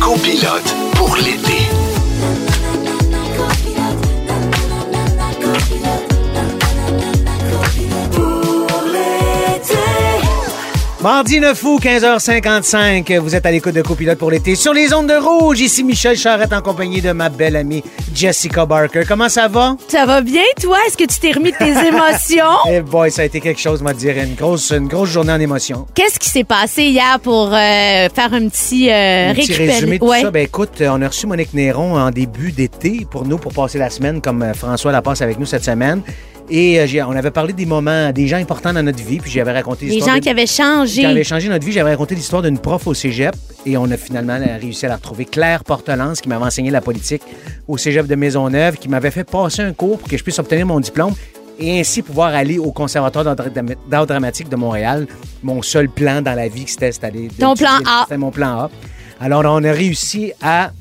Copilote pour l'été. Mardi 9 août, 15h55, vous êtes à l'écoute de Copilote pour l'été sur les ondes de rouge. Ici Michel Charette en compagnie de ma belle amie Jessica Barker. Comment ça va? Ça va bien, toi? Est-ce que tu t'es remis de tes émotions? Eh boy, ça a été quelque chose, m'a dire. Une grosse, une grosse journée en émotion. Qu'est-ce qui s'est passé hier pour euh, faire un petit euh, Un petit récupéré- résumé de tout Ouais. ça. Ben écoute, euh, on a reçu Monique Néron en début d'été pour nous, pour passer la semaine, comme euh, François la passe avec nous cette semaine. Et euh, j'ai- on avait parlé des moments, des gens importants dans notre vie, puis j'avais raconté Les l'histoire gens de- qui avaient Qui avait changé. changé notre vie. J'avais raconté l'histoire d'une prof au cégep et on a finalement réussi à la retrouver. Claire Portelance, qui m'avait enseigné la politique au cégep de Maisonneuve, qui m'avait fait passer un cours pour que je puisse obtenir mon diplôme et ainsi pouvoir aller au Conservatoire d'art dram- d'art dramatique de Montréal. Mon seul plan dans la vie, c'était c'était d'aller. Ton d'étudier. plan A. C'était mon plan A. Alors, on a réussi à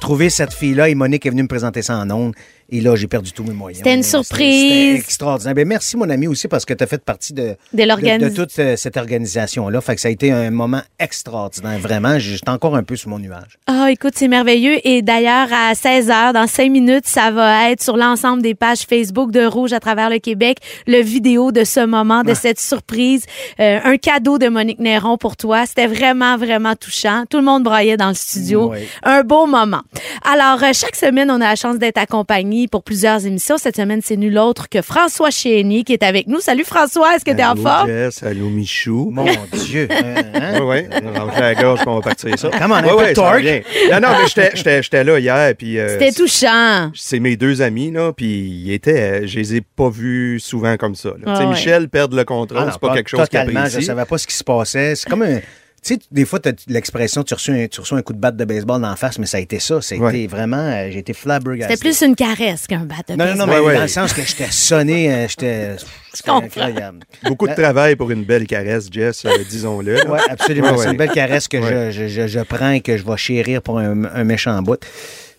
trouver cette fille-là et Monique est venue me présenter ça en ondes. Et là, j'ai perdu tous mes moyens. C'était une C'était surprise. extraordinaire. Ben, merci, mon ami, aussi, parce que tu as fait partie de, De l'organi- de- de toute euh, cette organisation-là. Fait que ça a été un moment extraordinaire. Vraiment, j- j'étais encore un peu sous mon nuage. Ah, écoute, c'est merveilleux. Et d'ailleurs, à 16h, dans 5 minutes, ça va être sur l'ensemble des pages Facebook de Rouge à travers le Québec, le vidéo de ce moment, de cette surprise. Euh, un cadeau de Monique Néron pour toi. C'était vraiment, vraiment touchant. Tout le monde braillait dans le studio. Oui. Un beau moment. Alors, euh, chaque semaine, on a la chance d'être accompagné pour plusieurs émissions. Cette semaine, c'est nul autre que François Chénier qui est avec nous. Salut François, est-ce que t'es en Allô, forme? Jess, allô, Michou. Mon Dieu. Euh, hein? Oui, oui, on va rentrer à la gorge, puis on va partir ça. Come on, un Ouais, peu ouais, de ça torque. revient. Non, non, mais j'étais- j'étais j'étais là hier, puis... euh, C'était touchant. C'est mes deux amis, là, puis ils étaient... euh, Je les ai pas vus souvent comme ça. là. Tu sais, Ah ouais. Michel, perdre le contrôle, Ah non, c'est pas pas- quelque chose qui Totalement, je apprécie. savais pas ce qui se passait. C'est comme un... Tu sais, des fois, t'as l'expression, tu reçois, un, tu reçois un coup de batte de baseball dans la face, mais ça a été ça. C'était Ouais. vraiment... euh, J'ai été flabbergasté. C'était plus une caresse qu'un bat de Non, non, non, baseball. mais Ouais, ouais. dans le sens que j'étais sonné, euh, j'étais... C'était comprends. incroyable. Beaucoup de travail pour une belle caresse, Jess, euh, disons-le. là. Oui, absolument. Ouais, ouais. C'est une belle caresse que Ouais. je, je- je- je prends et que je vais chérir pour un, un méchant bout.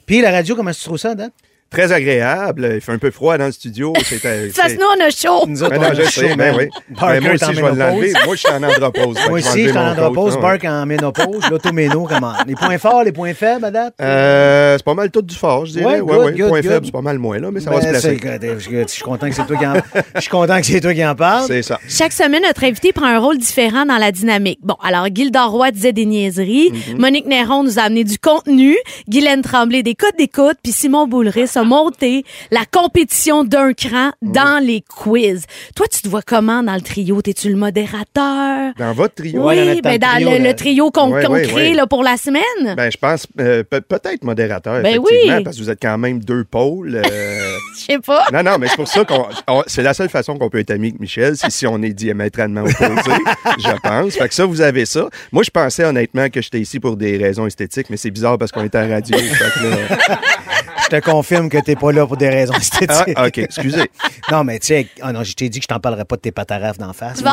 Puis la radio, comment tu trouves ça, Dan? Très agréable, il fait un peu froid dans le studio. C'était... Face nous, on a chaud. Nous Ben non, je on a sais, chaud, ben man. oui. Barker Ben moi est en aussi, je vais ménopause. l'enlever. Moi, je suis en andropause. fait Moi que je vais aussi, je enlever suis mon en coat, andropause, là, ouais. Bark en ménopause, l'auto méno, comment? Les points forts, les points faibles, à date? Euh, c'est pas mal tout du fort, je dirais. Ouais, Ouais, good, ouais, good, Point good. faible, c'est pas mal moins, là, mais ça Ben, va se placer. c'est- écoute, Je je suis content que c'est toi qui en Je suis content que c'est toi qui en parle. C'est ça. Chaque semaine, notre invité prend un rôle différent dans la dynamique. Bon, alors, Gilda Roy disait des niaiseries. Mhm. Monique Néron nous a amené du contenu. Guylaine Tremblay, des codes d'écoute. Puis Simon Boulris a monté la compétition d'un cran Mhm. dans les quiz. Toi, tu te vois comment dans le trio? T'es-tu le modérateur? Dans votre trio, Ouais, oui, dans notre ben, dans trio, le, là. le trio qu'on Ouais, qu'on ouais, crée ouais. là, pour la semaine? ben, je pense euh, pe- peut-être modérateur, Ben effectivement, oui. parce que vous êtes quand même deux pôles. euh, Je sais pas. non, non, mais c'est pour ça qu'on. on- C'est la seule façon qu'on peut être ami avec Michel, c'est si on est diamétralement opposés, je pense. Fait que ça, vous avez ça. Moi, je pensais honnêtement que j'étais ici pour des raisons esthétiques, mais c'est bizarre parce qu'on est à la radio. fait que là- Je te confirme que t'es pas là pour des raisons esthétiques. Ah, OK, excusez. Non, mais tu sais, ah non, je t'ai dit que je t'en parlerais pas de tes patarafes d'en face. Bon.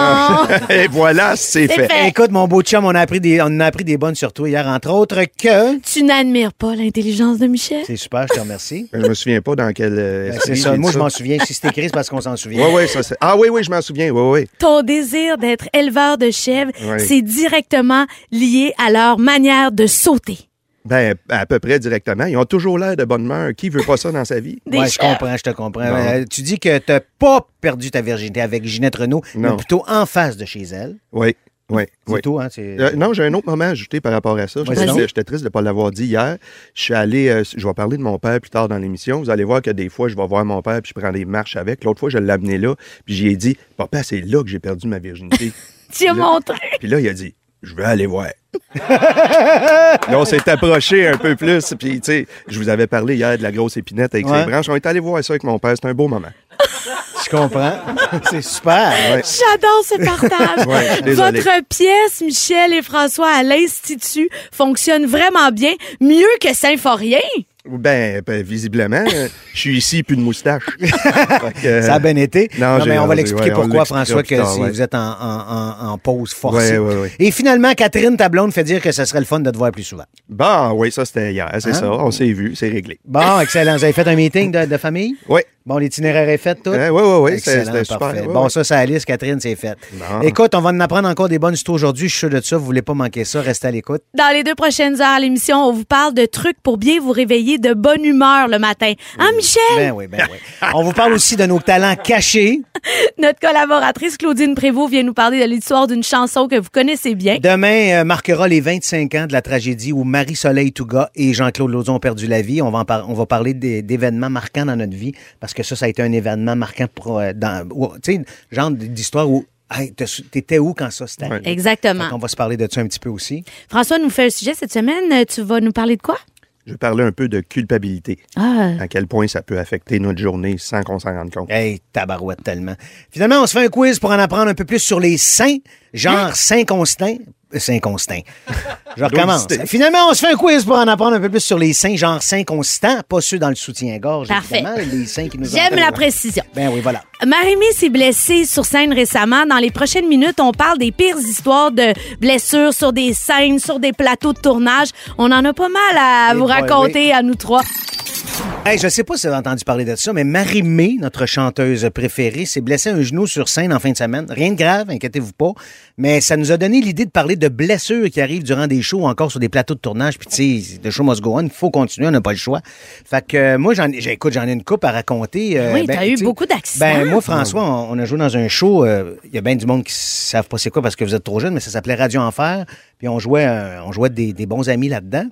Et voilà, c'est C'est fait. fait. Écoute, mon beau chum, on a appris des, on en a appris des bonnes sur toi hier, entre autres que. Tu n'admires pas l'intelligence de Michel? C'est super, je te remercie. Je me souviens pas dans quel. euh, Ben, c'est esprit ça. j'ai Moi, dit je m'en souviens. Si c'est écrit, c'est parce qu'on s'en souvient. Ouais, ouais, ça, c'est- Ah oui, oui, je m'en souviens. Oui, oui. ton désir d'être éleveur de chèvres, Oui. c'est directement lié à leur manière de sauter. Ben, à peu près directement. Ils ont toujours l'air de bonne humeur. Qui veut pas ça dans sa vie? Des ouais, je chèvres. comprends, je te comprends. Non. Euh, tu dis que t'as pas perdu ta virginité avec Ginette Renault, mais Non. plutôt en face de chez elle. Oui, oui, C'est oui. tout, hein? c'est- Euh, non, j'ai un autre moment à ajouter par rapport à ça. Vas-y J'étais donc. j'étais triste de ne pas l'avoir dit hier. Je suis allé, euh, je vais parler de mon père plus tard dans l'émission. Vous allez voir que des fois, je vais voir mon père puis je prends des marches avec. L'autre fois, je l'ai amené là, puis j'y ai dit, papa, c'est là que j'ai perdu ma virginité. Tu as montré. puis là, il a dit, je vais aller voir. là, on s'est approché un peu plus. Puis, tu sais, je vous avais parlé hier de la grosse épinette avec Ouais. ses branches. On est allé voir ça avec mon père. C'était un beau moment. Je comprends. C'est super. Ouais. J'adore ce partage. Ouais, je suis désolé. Votre pièce, Michel et François, à l'Institut, fonctionne vraiment bien, mieux que Symphorien. Ben, ben, visiblement, euh, je suis ici, plus de moustache. Fait que, euh, Ça a bien été. non, j'ai mais on va rasé, l'expliquer ouais, on pourquoi, l'expliquera François, que plus tard, si ouais. vous êtes en, en- en- en pause forcée. Ouais, ouais, ouais. Et finalement, Catherine Tablonde fait dire que ce serait le fun de te voir plus souvent. Bon, Bah, oui, ça, c'était hier, c'est Hein? ça. On s'est vu, c'est réglé. Bon, excellent. Vous avez fait un meeting de, de famille? Oui. Bon, l'itinéraire est fait, tout? Ouais, ouais, ouais, ouais, Excellent, c'était- c'était parfait. super, ouais, bon, ouais. ça, ça, Alice, Catherine, c'est fait. Bon. Écoute, on va en apprendre encore des bonnes histoires aujourd'hui. Je suis sûr de ça. Vous voulez pas manquer ça. Restez à l'écoute. Dans les deux prochaines heures, à l'émission, on vous parle de trucs pour bien vous réveiller de bonne humeur le matin. Hein, Mm. Michel? Ben oui, ben oui. on vous parle aussi de nos talents cachés. Notre collaboratrice Claudine Prévost vient nous parler de l'histoire d'une chanson que vous connaissez bien. Demain euh, marquera les 25 ans de la tragédie où Marie-Soleil Touga et Jean-Claude Lauzon ont perdu la vie. On va, en par- on va parler des- d'événements marquants dans notre vie parce que ça, ça a été un événement marquant pour. euh, dans- ou- tu sais, genre d'histoire où. Hey, t'as su- t'étais où quand ça s'est arrivé? Exactement. on va se parler de ça un petit peu aussi. François nous fait un sujet cette semaine. Euh, Tu vas nous parler de quoi? Je parlais un peu de culpabilité. Ah, À quel point ça peut affecter notre journée sans qu'on s'en rende compte. Hey, tabarouette tellement. Finalement, on se fait un quiz pour en apprendre un peu plus sur les saints, genre Saint-Constant. euh, Saint-Constant. Je recommence. Dolicité. Finalement, on se fait un quiz pour en apprendre un peu plus sur les saints, genre Saint-Constant, pas ceux dans le soutien-gorge, Parfait. évidemment, les saints qui nous j'aime entourent. la précision. Ben oui, voilà. Marimé s'est blessée sur scène récemment. Dans les prochaines minutes, on parle des pires histoires de blessures sur des scènes, sur des plateaux de tournage. On en a pas mal à Eh vous boy, raconter à nous trois. Hey, je sais pas si vous avez entendu parler de ça, mais Marie-Mé, notre chanteuse préférée, s'est blessée à un genou sur scène en fin de semaine. Rien de grave, inquiétez-vous pas. Mais ça nous a donné l'idée de parler de blessures qui arrivent durant des shows, ou encore sur des plateaux de tournage. Puis, tu sais, le show must go on, il faut continuer, on n'a pas le choix. Fait que euh, moi, j'en ai, j'écoute, j'en ai une coupe à raconter. euh, Oui, t'as eu tu sais, beaucoup d'accidents. Ben, moi, François, on, on a joué dans un show. euh, Il y a bien du monde qui savent pas c'est quoi parce que vous êtes trop jeune, mais ça s'appelait Radio Enfer. Puis on jouait, euh, on jouait des, des bons amis là-dedans.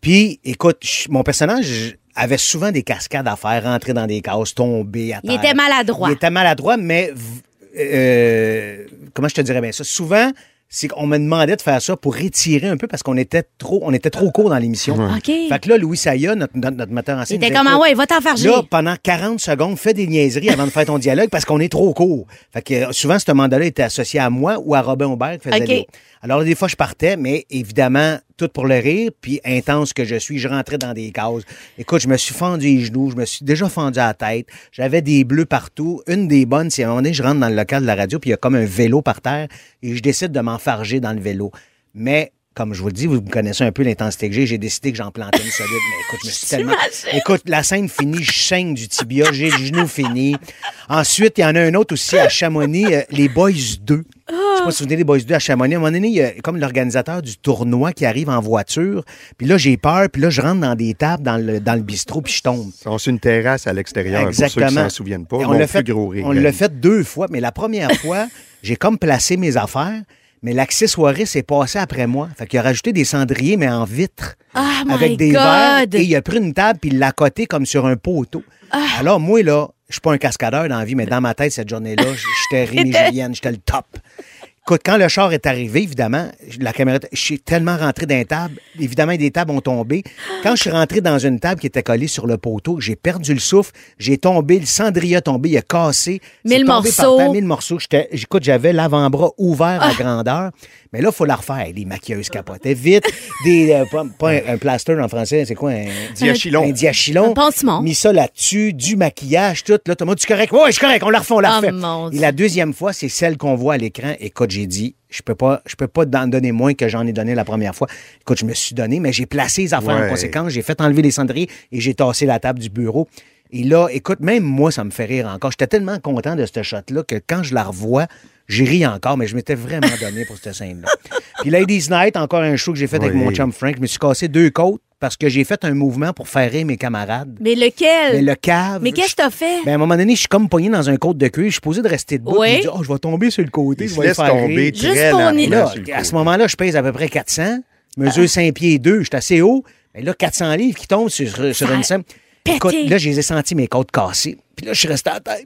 Puis, écoute, je- mon personnage avait souvent des cascades à faire, rentrer dans des cases, tomber à Il terre. était maladroit. Il était maladroit, mais v- euh, comment je te dirais bien ça? Souvent, c'est qu'on me demandait de faire ça pour étirer un peu parce qu'on était trop, on était trop court dans l'émission. OK. Fait que là, Louis Saya, notre, notre, notre metteur en Il scène, était nous a comme, dit, ah ouais, va t'en faire gérer. Là, pendant 40 secondes, fais des niaiseries avant de faire ton dialogue parce qu'on est trop court. Fait que euh, souvent, ce mandat-là était associé à moi ou à Robin Aubert qui faisait OK. les- Alors, des fois, je partais, mais évidemment, tout pour le rire, puis intense que je suis, je rentrais dans des cases. Écoute, je me suis fendu les genoux, je me suis déjà fendu à la tête, j'avais des bleus partout. Une des bonnes, c'est à un moment donné, je rentre dans le local de la radio, puis il y a comme un vélo par terre, et je décide de m'enfarger dans le vélo. Mais... Comme je vous le dis, vous me connaissez un peu l'intensité que j'ai, j'ai décidé que j'en plantais une solide. Mais écoute, je me suis tellement. Écoute, la scène finie, je saigne du tibia, j'ai le genou fini. Ensuite, il y en a un autre aussi à Chamonix, euh, les Boys 2. Je sais pas si vous vous souvenez des Boys 2 à Chamonix. À un moment donné, il y a comme l'organisateur du tournoi qui arrive en voiture. Puis là, j'ai peur. Puis là, je rentre dans des tables dans le, dans le bistrot, puis je tombe. On suit une terrasse à l'extérieur, pour ceux qui s'en souviennent pas. Et mon l'a plus fait, gros rire. on l'a fait deux fois, mais la première fois, j'ai comme placé mes affaires, mais l'accessoiriste est passé après moi. Fait qu'il a rajouté des cendriers, mais en vitre. Ah, my avec des verres. God! Et il a pris une table puis il l'a cotée comme sur un poteau. Ah. Alors, moi, là, je suis pas un cascadeur dans la vie, mais dans ma tête, cette journée-là, j- j'étais Rémi Julienne, j'étais le top. Écoute, quand le char est arrivé, évidemment, la caméra, je suis tellement rentré dans les tables. Évidemment, des tables ont tombé. Quand je suis rentré dans une table qui était collée sur le poteau, j'ai perdu le souffle, j'ai tombé, le cendrier a tombé, il a cassé. C'est Mille tombé par morceaux. terre, mille morceaux. J'étais- J'écoute, j'avais l'avant-bras ouvert à grandeur. Mais là, il faut la refaire. Les maquilleuses capotaient vite. Des, euh, pas, pas un, un plaster en français, c'est quoi? Un Diachylon. Un diachylon. Un pansement. Mis ça là-dessus, du maquillage, tout. Là, Thomas, tu es correct? Oui, je suis correct. On la refait, on la Oh, refait. mon Dieu. Et la deuxième fois, c'est celle qu'on voit à l'écran. Écoute, j'ai dit, je peux pas, je peux pas en donner moins que j'en ai donné la première fois. Écoute, je me suis donné, mais j'ai placé les affaires en Ouais. conséquence. J'ai fait enlever les cendriers et j'ai tassé la table du bureau. Et là, écoute, même moi, ça me fait rire encore. J'étais tellement content de ce shot-là que quand je la revois, j'ai ri encore, mais je m'étais vraiment donné pour cette scène-là. Puis Ladies Night, encore un show que j'ai fait avec Oui. mon chum Frank, je me suis cassé deux côtes parce que j'ai fait un mouvement pour faire rire mes camarades. Mais lequel? Mais le cave. Mais qu'est-ce que t'as fait? Ben, à un moment donné, je suis comme poigné dans un côte de cuir. Je suis posé de rester debout. Oui. Je dis, oh, je vais tomber sur le côté. Il je se vais le laisse faire tomber rire. Juste très pour lentement nier. Là, sur le Ah. à coup. ce moment-là, je pèse à peu près 400, mesure 5 pieds 2, je suis assez haut. Mais là, 400 livres qui tombent sur, sur une scène. péter. Écoute, là, je les ai sentis mes côtes cassées. Puis là, je suis resté à terre.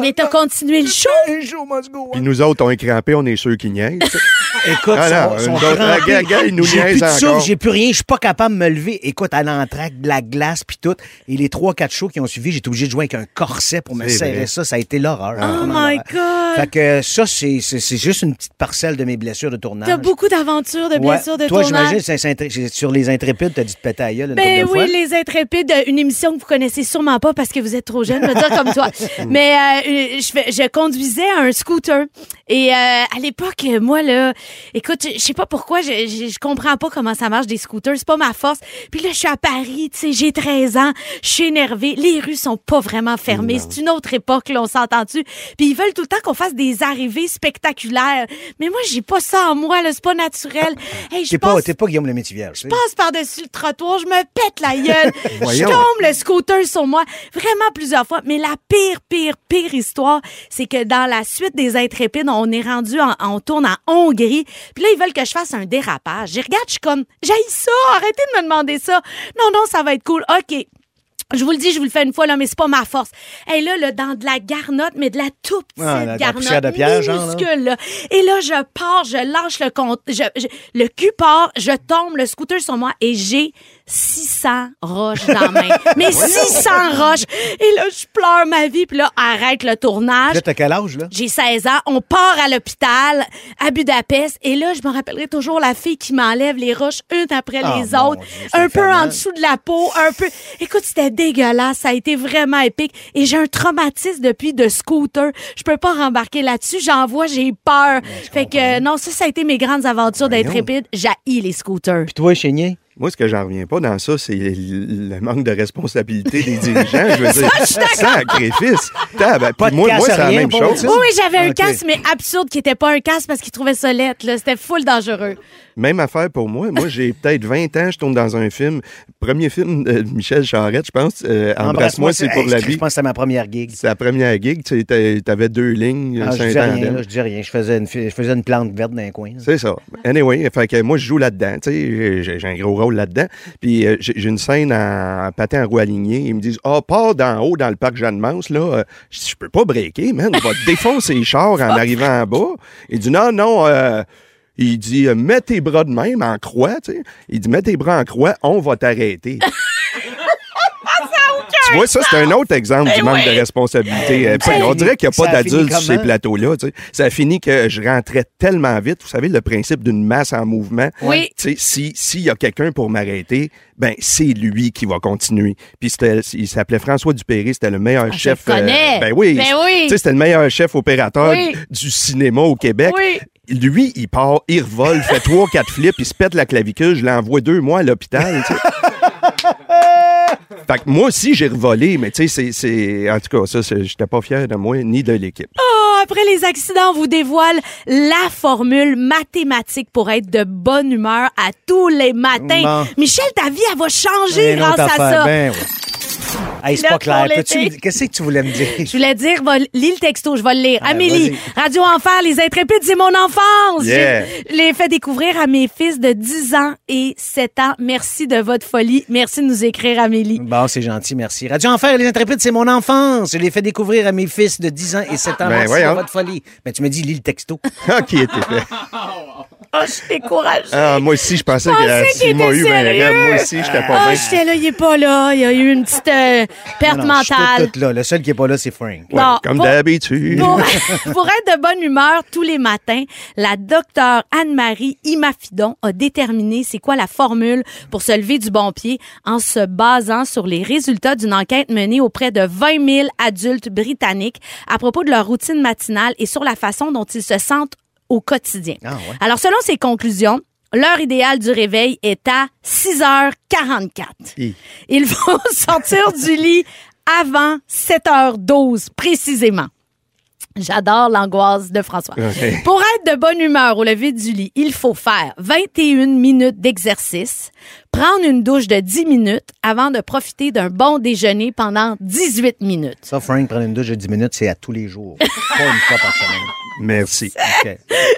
Mais t'as continué le show? Un jour, must go. Puis nous autres, on est crampés, on est ceux qui niaisent. Écoute, Ah son, non, son donc, la crampé. gars- gars, il nous J'ai plus niaise de souffle, encore. j'ai plus rien, je suis pas capable de me lever. Écoute, à l'entraque, de la glace, puis tout. Et les trois, quatre shows qui ont suivi, j'étais obligé de jouer avec un corset pour me C'est serrer vrai. Ah. ça. Ça a été l'horreur. Oh Vraiment my l'horreur. Fait God! que ça, c'est c'est- c'est juste une petite parcelle de mes blessures de tournage. T'as beaucoup d'aventures, de Ah, Ouais. blessures, de Toi, tournage. j'imagine, c'est- c'est intré- sur les intrépides, t'as dit de péter à gueule une Ben couple de oui, fois. les intrépides, euh, une émission que vous connaissez sûrement pas parce que vous êtes trop jeune, me dire comme toi. Mais euh, je, fais- je conduisais un scooter et euh, à l'époque, euh, moi là, écoute, je- je sais pas pourquoi, je, je, je comprends pas comment ça marche des scooters, c'est pas ma force. Puis là, je suis à Paris, tu sais, j'ai 13 ans, je suis énervée, les rues sont pas vraiment Mm, fermées, ben c'est une autre époque, là, on s'entend-tu. Puis ils veulent tout le temps qu'on fasse des arrivées spectaculaires, mais moi j'ai pas ça en moi, là, c'est pas naturel. Hey, je T'es pas, pense- t'es pas Guillaume le Métivier. je passe par-dessus le trottoir, je me pète la gueule, je Voyons. tombe le scooter sur moi, vraiment plusieurs fois. Mais la pire, pire, pire histoire, c'est que dans la suite des Intrépides, on est rendu, en, on tourne en Hongrie, puis là, ils veulent que je fasse un dérapage. J'y regarde, je suis comme, j'ai ça, arrêtez de me demander ça. Non, non, ça va être cool, OK. Je vous le dis, je vous le fais une fois, là, mais c'est pas ma force. Et là, là, dans de la garnotte, mais de la toute petite Ah, la- la garnotte, poussière de pierre, genre, là. minuscule, là. Et là, je pars, je lâche le compte, je, je- le cul part, je tombe, le scooter sur moi, et j'ai 600 roches dans la main. mais 600 roches! Et là, je pleure ma vie, puis là, arrête le tournage. Là, t'as quel âge, là? J'ai 16 ans, on part à l'hôpital à Budapest et là, je me rappellerai toujours la fille qui m'enlève les roches une après Ah, les mon autres, Dieu, c'est un peu infernal. en dessous de la peau, un peu. Écoute, c'était dégueulasse, ça a été vraiment épique et j'ai un traumatisme depuis de scooter. Je peux pas rembarquer là-dessus, j'en vois, j'ai peur. fait que euh, non, ça ça a été mes grandes aventures d'être rapide, j'haïs les scooters. Puis toi, Chénier? Moi, ce que j'en reviens pas dans ça, c'est le- le manque de responsabilité des dirigeants. Je veux dire, sacrifice. Tabarnak. Pas de moi, casse, moi, c'est la rien, même pas chose. de- Oui, oui, j'avais un Ok. casque, mais absurde qui était pas un casque parce qu'il trouvait ça lettre, là. C'était full dangereux. Même affaire pour moi. Moi, j'ai peut-être 20 ans, je tourne dans un film. Premier film de Michel Charette, je pense. euh, Embrasse-moi, c'est pour hey, la je- Je vie. pense que c'était ma première gig. C'est la première gig. Tu avais deux lignes, euh, Ah, je saint disais rien, là, je disais rien. Je faisais une, fi- je faisais une plante verte dans un coin. là. C'est ça. Anyway, fait que moi, je joue là-dedans. Tu sais, j'ai j'ai un gros rôle là-dedans. Puis euh, j'ai j'ai une scène en patin en roue alignée. Ils me disent Ah, pars d'en haut dans le parc Jeanne-Mance, là. Euh, Je dis, Je peux pas breaker, man. On va te défoncer les chars en arrivant en bas. Il dit Non, non. euh, il dit, euh, mets tes bras de même en croix, tu sais. Il dit, mets tes bras en croix, on va t'arrêter. Tu vois, ça, c'est un autre exemple du manque de responsabilité. Euh, puis, ça on finit- dirait qu'il n'y a ça pas a fini d'adultes sur ces comment? plateaux-là. tu sais. Ça a fini que je rentrais tellement vite. Vous savez, le principe d'une masse en mouvement. Oui. Tu sais, si- S'il y a quelqu'un pour m'arrêter, ben c'est lui qui va continuer. Puis c'était- il s'appelait François Dupéré, c'était le meilleur Ah, je chef. le connais. ben oui. Ben oui. Tu sais, C'était le meilleur chef opérateur Oui. du cinéma au Québec. Oui. Lui, il part, il revole, fait trois, quatre flips, il se pète la clavicule, je l'envoie deux mois à l'hôpital. tu sais. Fait que moi aussi, j'ai revolé, mais tu sais, c'est- c'est. En tout cas, ça, c'est- j'étais pas fier de moi ni de l'équipe. Ah, Après les accidents, on vous dévoile la formule mathématique pour être de bonne humeur à tous les matins. Bon. Michel, ta vie, elle va changer Une autre grâce à affaire, ça. ben ouais. Hey, c'est Là, pas pour clair. l'été. Peux-tu me- Qu'est-ce que tu voulais me dire? Je voulais dire, va, lis le texto, je vais le lire. Ah, Amélie, Radio Enfer, les intrépides, c'est mon enfance. Yeah. Je, je l'ai fait découvrir à mes fils de 10 ans et 7 ans. Merci de votre folie. Merci de nous écrire, Amélie. Bon, c'est gentil, merci. Radio Enfer et les Intrépides, c'est mon enfance. Je l'ai fait découvrir à mes fils de 10 ans et 7 ans. Ben, merci voyons. de votre folie. Mais tu me dis, lis le texto. Ah, qui était fait? Oh, je suis découragée. Ah, moi aussi, je pensais Je que pensais euh, qu'il s'il m'a était eu, ben, sérieux. regarde, moi aussi, j'étais pas Ah, bien. j'étais là, il est pas là. Il y a eu une petite euh, perte Non, non, je suis mentale. tout- tout là. Le seul qui est pas là, c'est Frank. Ouais, Non, comme pas- d'habitude. Pour, pour être de bonne humeur tous les matins, la docteure Anne-Marie Imafidon a déterminé c'est quoi la formule pour se lever du bon pied en se basant sur les résultats d'une enquête menée auprès de 20 000 adultes britanniques à propos de leur routine matinale et sur la façon dont ils se sentent au quotidien. Ah ouais. Alors, selon ses conclusions, l'heure idéale du réveil est à 6h44. Hi. Il faut sortir du lit avant 7h12 précisément. J'adore l'angoisse de François. Ok. Pour être de bonne humeur au lever du lit, il faut faire 21 minutes d'exercice, prendre une douche de 10 minutes avant de profiter d'un bon déjeuner pendant 18 minutes. Ça, Frank, prendre une douche de 10 minutes, c'est à tous les jours. pas une fois par semaine. Merci. OK.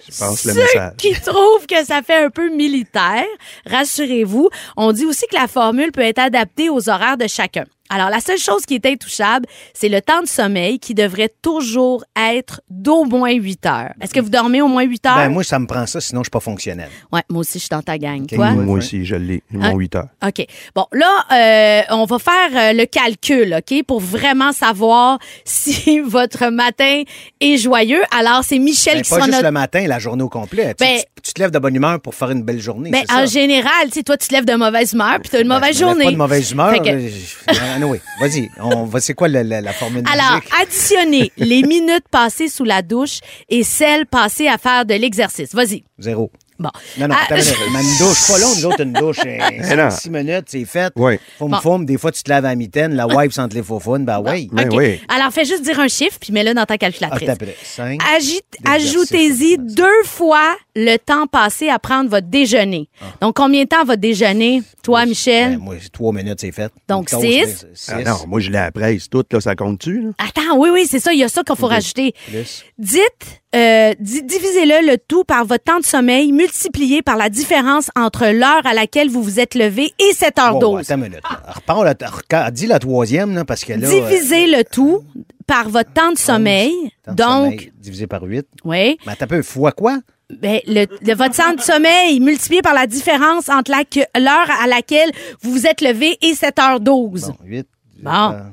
Je passe le Ceux message. qui trouvent que ça fait un peu militaire, rassurez-vous, on dit aussi que la formule peut être adaptée aux horaires de chacun. Alors, la seule chose qui est intouchable, c'est le temps de sommeil qui devrait toujours être d'au moins 8 heures. Est-ce que vous dormez au moins 8 heures? Ben, moi, ça me prend ça, sinon je suis pas fonctionnel. Ouais, moi aussi, je suis dans ta gang. Toi? Moi aussi, je l'ai. Mon Ah. 8 heures. OK. Bon, là, euh, on va faire euh, le calcul, OK, pour vraiment savoir si votre matin est joyeux. Alors, c'est Michel Ben, qui pas sera juste notre... le matin, la journée au complet. Tu- Ben- tu, tu te lèves de bonne humeur pour faire une belle journée. Ben, c'est ça. en général, tu sais, toi, tu te lèves de mauvaise humeur, puis tu as une Ben, mauvaise je me lève journée. Pas de mauvaise humeur. Fait que- mais je- Anyway, vas-y, on va. C'est quoi la, la- la formule Alors, magique? additionnez les minutes passées sous la douche et celles passées à faire de l'exercice. Vas-y. Zéro. Bon. Non, non, Ah, attends une minute. Mais une douche, pas longue, l'autre, une douche. eh, cinq, non. six minutes, c'est fait. Oui. Foum, Bon. Ah. foum, des fois, tu te laves à la mitaine, la wipe entre les faux ben oui. Ben OK. oui. Alors, fais juste dire un chiffre, puis mets-le dans ta Ah, calculatrice. t'as pris. Cinq. Agite- D'exercice, Ajoutez-y d'exercice. deux fois le temps passé à prendre votre déjeuner. Donc, combien de temps votre déjeuner, toi, Michel? Ah. Ben, moi, trois minutes, c'est fait. Ah. Donc, Une six. ben, Ah non, moi, je l'ai à presse toute, là, ça compte-tu? là? Attends, oui, oui, c'est ça, il y a ça qu'il faut rajouter. Plus. Dites, euh, di- divisez-le le tout par votre temps de sommeil, multiplié par la différence entre l'heure à laquelle vous vous êtes levé et cette heure Bon, dose. attends une minute. Repars la, reca- dis la troisième, là, parce que là. euh, Divisez le tout par votre temps de sommeil. temps de Donc, sommeil Divisé par huit. oui, Mais t'as peu fois quoi? ben, le, le- votre temps de sommeil multiplié par la différence entre la que- l'heure à laquelle vous vous êtes levé et cette heure dose. Bon, huit. euh, Bon.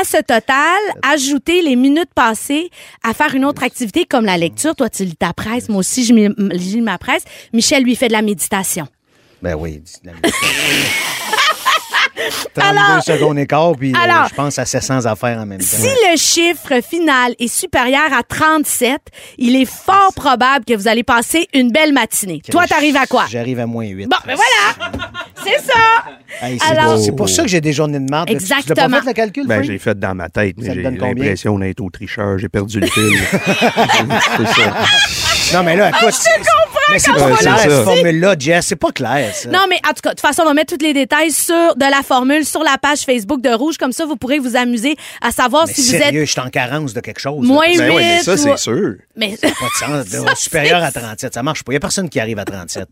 À ce total, ajoutez les minutes passées à faire une autre activité comme la lecture. Toi, tu lis ta presse. Moi aussi, je m'y- je lis ma presse. Michel, lui, fait de la méditation. Ben oui, dis la vérité. 32 secondes et quart, puis euh, Alors- je pense à 700 affaires en même temps. Si le chiffre final est supérieur à 37, il est fort probable que vous allez passer une belle matinée. Toi, t'arrives à quoi? J'arrive à moins 8. Bon, ben voilà! C'est ça! Alors- c'est pour ça que j'ai des journées de merde. Tu l'as Exactement. pas fait le calcul, Ben, Frank? j'ai fait dans ma tête, Ça mais te j'ai donne combien? l'impression d'être au tricheur. J'ai perdu le fil. c'est ça. Non, mais Ah, là, écoute. Je comprends Mais c'est pas comment clair, c'est cette ça. formule-là, Jess. C'est pas clair, ça. Non, mais en tout cas, de toute façon, on va mettre tous les détails sur, de la formule sur la page Facebook de Rouge. Comme ça, vous pourrez vous amuser à savoir mais si vous sérieux, êtes je suis en carence de quelque chose. là. moins 8 Ben oui, mais ça, ou- c'est sûr. Mais- Pas de sens. là, supérieur à 37, ça marche pas. Il n'y a personne qui arrive à 37.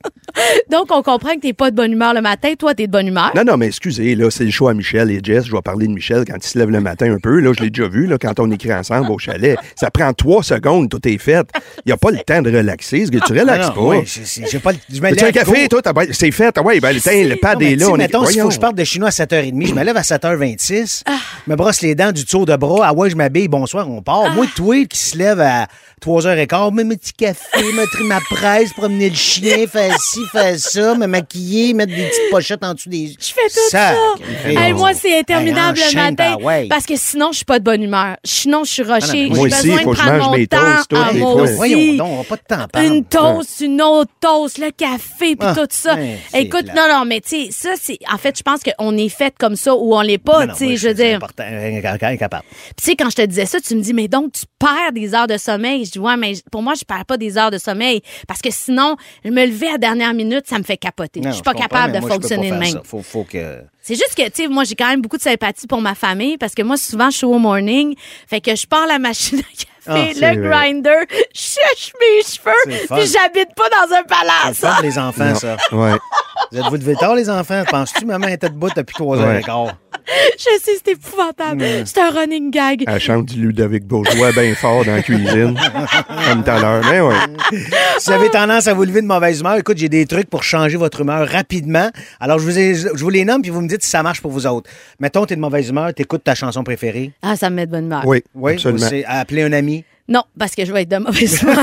Donc, on comprend que t'es pas de bonne humeur le matin. Toi, t'es de bonne humeur. Non, non, mais excusez, là, c'est le choix à Michel et Jess. Je vais parler de Michel quand il se lève le matin un peu. Là, je l'ai déjà vu, là, quand on écrit ensemble au chalet. Ça prend trois secondes, tout est fait. Il n'y a pas le temps de relaxer. Ce que tu relaxes Non, Ah, non, pas. oui, j'ai- j'ai- j'ai pas le- je me Veux-tu un lève café, tôt. toi? T'as pas- C'est fait. Ah ouais, ben, le, teint, le pad Non, mais est tu là. sais, on est- mettons, si faut que je Voyons. parte de chez nous à 7h30, je me lève à 7h26, Ah. je me brosse les dents du tour de bras, ah ouais, je m'habille, bonsoir, on Ah. part. Moi, toi, qui se lève à 3h15, mets mes petits cafés, me trie ma presse, promener le chien, faire ci, faire ça, me maquiller, mettre des petites pochettes en dessous des yeux. Je fais tout ça. Hey, moi, c'est interminable le matin. Parce que sinon, je suis pas de bonne humeur. Sinon, je suis ben Ah, non, mais rushée. J'ai moi aussi, besoin faut de que je prendre mange mon mes temps. toasts, toi, Ah, des moi fois. aussi. Voyons donc, on va pas de temps à perdre. Une toast, une autre toast, le café, puis Ah, tout ça. ouais, c'est Écoute, plate. non, non, mais tu sais, ça, c'est. En fait, je pense qu'on est fait comme ça ou on l'est pas, Non, non, Ah, tu sais, moi, je veux dire. important, euh, incapable. Puis tu sais, quand je te disais ça, tu me dis, mais donc, tu perds des heures de sommeil. Je dis, ouais, mais pour moi, je perds pas des heures de sommeil parce que sinon, me lever à la dernière minute, ça me fait capoter. Non, je suis pas comprends, capable mais de moi, je peux pas fonctionner de faire même. ça. Faut, faut que... C'est juste que, tu sais, moi, j'ai quand même beaucoup de sympathie pour ma famille parce que moi, souvent, je suis au morning. Fait que je pars la machine à Ah, café, c'est le vrai. grinder, je sèche mes C'est cheveux, fun. puis j'habite pas dans un C'est le palace. fun pour les enfants, ça. Ouais. Vous êtes-vous levé tard, les enfants? Penses-tu, maman était debout depuis 3 Ouais. heures et quart? Je sais, c'est épouvantable. Mm. C'est un running gag. Ah, Elle chante du Ludovic Bourgeois bien fort dans la cuisine. comme tout à l'heure. Mais ouais. Si vous avez tendance à vous lever de mauvaise humeur, écoute, j'ai des trucs pour changer votre humeur rapidement. Alors, je vous, ai- je vous les nomme, puis vous me dites si ça marche pour vous autres. Mettons, t'es de mauvaise humeur, t'écoutes ta chanson préférée. Ah, ça me met de bonne humeur. Oui, Oui, ou absolument. c'est appeler un ami. Non, parce que je vais être de mauvaise humeur.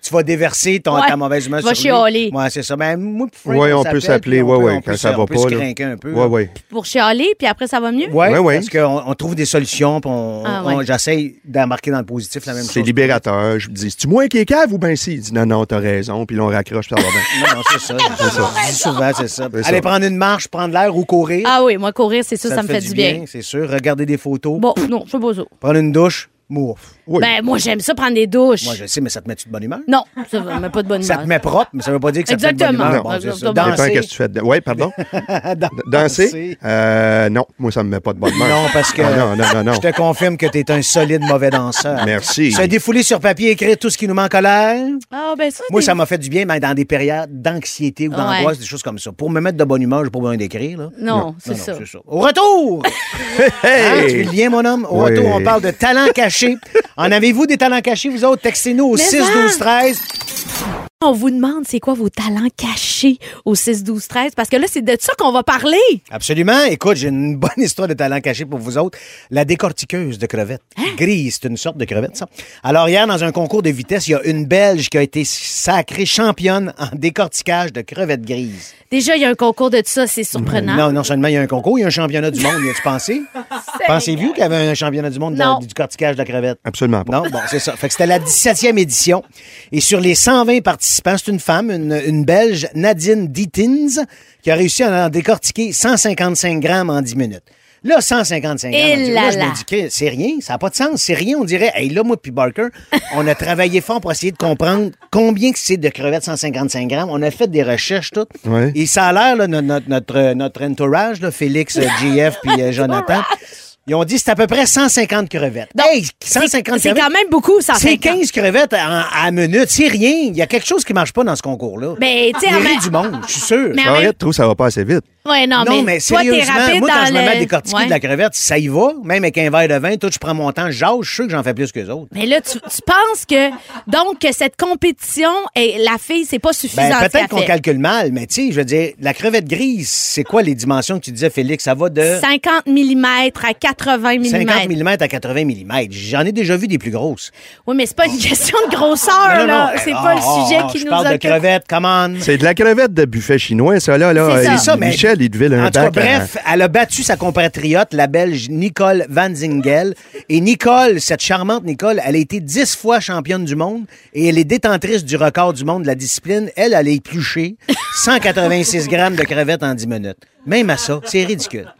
Tu vas déverser ton, Ouais. ta mauvaise humeur sur Va lui. chialer. Ouais, c'est ça. Ben, moi, puis Frank, Oui, on peut s'appeler. puis on Ouais, peut- ouais. on peut Quand se- ça on va peut pas. se là. crinquer un peu. Ouais, là. ouais. pour chialer, puis après, ça va mieux. Ouais, Ouais, ouais. parce qu'on on trouve des solutions, puis on, Ah, on- ouais. j'essaye d'embarquer dans le positif la même chose. C'est libérateur. Je me dis, c'est-tu moi qui est cave ou ben si? Il dit, non, non, t'as raison. Puis là, on raccroche, ça va bien. Non, non, c'est ça. C'est ça. Je dis souvent, c'est ça. C'est ça. Aller prendre une marche, prendre l'air ou courir. Ah oui, Ah moi, courir, c'est sûr, ça, te me fait, du bien. C'est sûr. Regarder des photos. Bon, non, je suis pas ça. Prendre une douche. Mouf. Oui. Ben, moi, j'aime ça prendre des douches. Moi, je sais, mais ça te met-tu de bonne humeur? Non, ça ne met pas de bonne Ça humeur. te met propre, mais ça veut pas dire que ça te met de bonne humeur. Exactement. Bon, c'est ça. Exactement. Ça Dépend Danser. qu'est-ce que tu fais dedans. Oui, pardon. Danser. Danser? Euh, non, moi, ça me met pas de bonne humeur. Non, parce que Ah, non, non, non, non. je te confirme que tu es un solide mauvais danseur. Merci. Se défouler sur papier, écrire tout ce qui nous manque à l'air. Ah, ben ça, Moi, t'es- ça m'a fait du bien, mais dans des périodes d'anxiété ou d'angoisse, Ouais. des choses comme ça. Pour me mettre de bonne humeur, j'ai pas besoin d'écrire. là. Non, Non, c'est non, ça. Au retour! Hein, tu fais le lien, mon homme? Au Oui. retour, on parle de talents cachés. en avez-vous des talents cachés, vous autres? Textez-nous au Mais hein? 6 12 13 On vous demande c'est quoi vos talents cachés au 6-12-13, parce que là, c'est de ça qu'on va parler. Absolument. Écoute, j'ai une bonne histoire de talent caché pour vous autres. La décortiqueuse de crevettes. Hein? Grise, c'est une sorte de crevette, ça. Alors, hier, dans un concours de vitesse, il y a une Belge qui a été sacrée championne en décortiquage de crevettes grises. Déjà, il y a un concours de ça, c'est surprenant. Non, non seulement il y a un concours, il y a un championnat du monde. Y a-tu pensé? Pensez-vous qu'il y avait un championnat du monde de- Non. du corticage de la crevette? Absolument pas. Non, bon, c'est ça. Fait que c'était la 17e édition. Et sur les 120 participants, c'est une femme, une, une Belge, Nadine Dietins, qui a réussi à en décortiquer 155 grammes en 10 minutes. Là, 155 grammes. Et en 10 minutes. Là, là je là. me dis que c'est rien, ça n'a pas de sens, c'est rien. On dirait, hey, là, moi puis Barker, on a travaillé fort pour essayer de comprendre combien que c'est de crevettes 155 grammes. On a fait des recherches toutes. Ouais. Et ça a l'air, là, no- notre, notre, notre entourage, là, Félix, euh, JF puis euh, Jonathan, ils ont dit c'est à peu près 150 crevettes. hey, C'est- 150 C'est crevettes. quand même beaucoup, ça C'est fait 15 crevettes en- à minute, c'est rien. Il y a quelque chose qui marche pas dans ce concours-là. Ben, tu sais, Il en rit même- du monde, je suis sûr. Mais en même- Arrête trop, ça va pas assez vite. Ouais, non, non, mais, Ah, mais, toi, t'es sérieusement, rapide moi, quand dans je me mets à le- décortiquer Ouais. de la crevette, ça y va. Même avec un verre de vin, tout, je prends mon temps, je jase, je suis sûr que j'en fais plus que les autres. Mais là, tu, tu penses que, donc, que cette compétition, et la fille, c'est pas suffisant. Ben, ce qu'elle peut-être qu'on fait. calcule mal, mais tu sais, je veux dire, la crevette grise, c'est quoi les dimensions que tu disais, Félix? Ça va de 50 mm à 80 mm. 50 mm à 80 mm. J'en ai déjà vu des plus grosses. Oui, mais c'est pas une question de grosseur, Oh. Non, non, là. non. Oh C'est Ah, pas le ah, sujet ah, qui je nous parle de occupe. crevettes, come on. C'est de la crevette de buffet chinois, ça, là. là. C'est ça. Euh, C'est ça, mais- Michel, il devait En un tout cas, bac. à- bref, elle a battu sa compatriote, la Belge Nicole Van Zingel. Et Nicole, cette charmante Nicole, elle a été dix fois championne du monde et elle est détentrice du record du monde de la discipline. Elle, elle a épluché 186 grammes de crevettes en 10 minutes. Même à ça, c'est ridicule.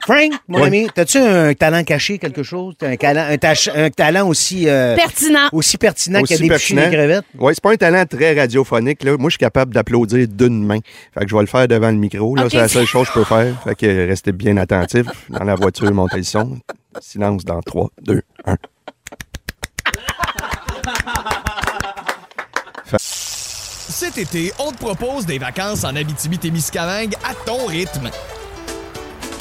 Frank, mon Oui. ami, as-tu un talent caché, quelque chose? T'as Un, talent- un, tach- un talent aussi, euh, Pertinent. aussi pertinent qu'à Aussi déplucher pertinent. les crevettes? Oui, c'est pas un talent très radiophonique. Là. Moi, je suis capable d'applaudir d'une main. Fait que je vais le faire devant le micro. Là, Ok. C'est la seule chose que je peux faire. Fait que euh, restez bien attentifs. Dans la voiture, montez le son. Silence dans 3, 2, 1. Cet été, on te propose des vacances en Abitibi-Témiscamingue à ton rythme.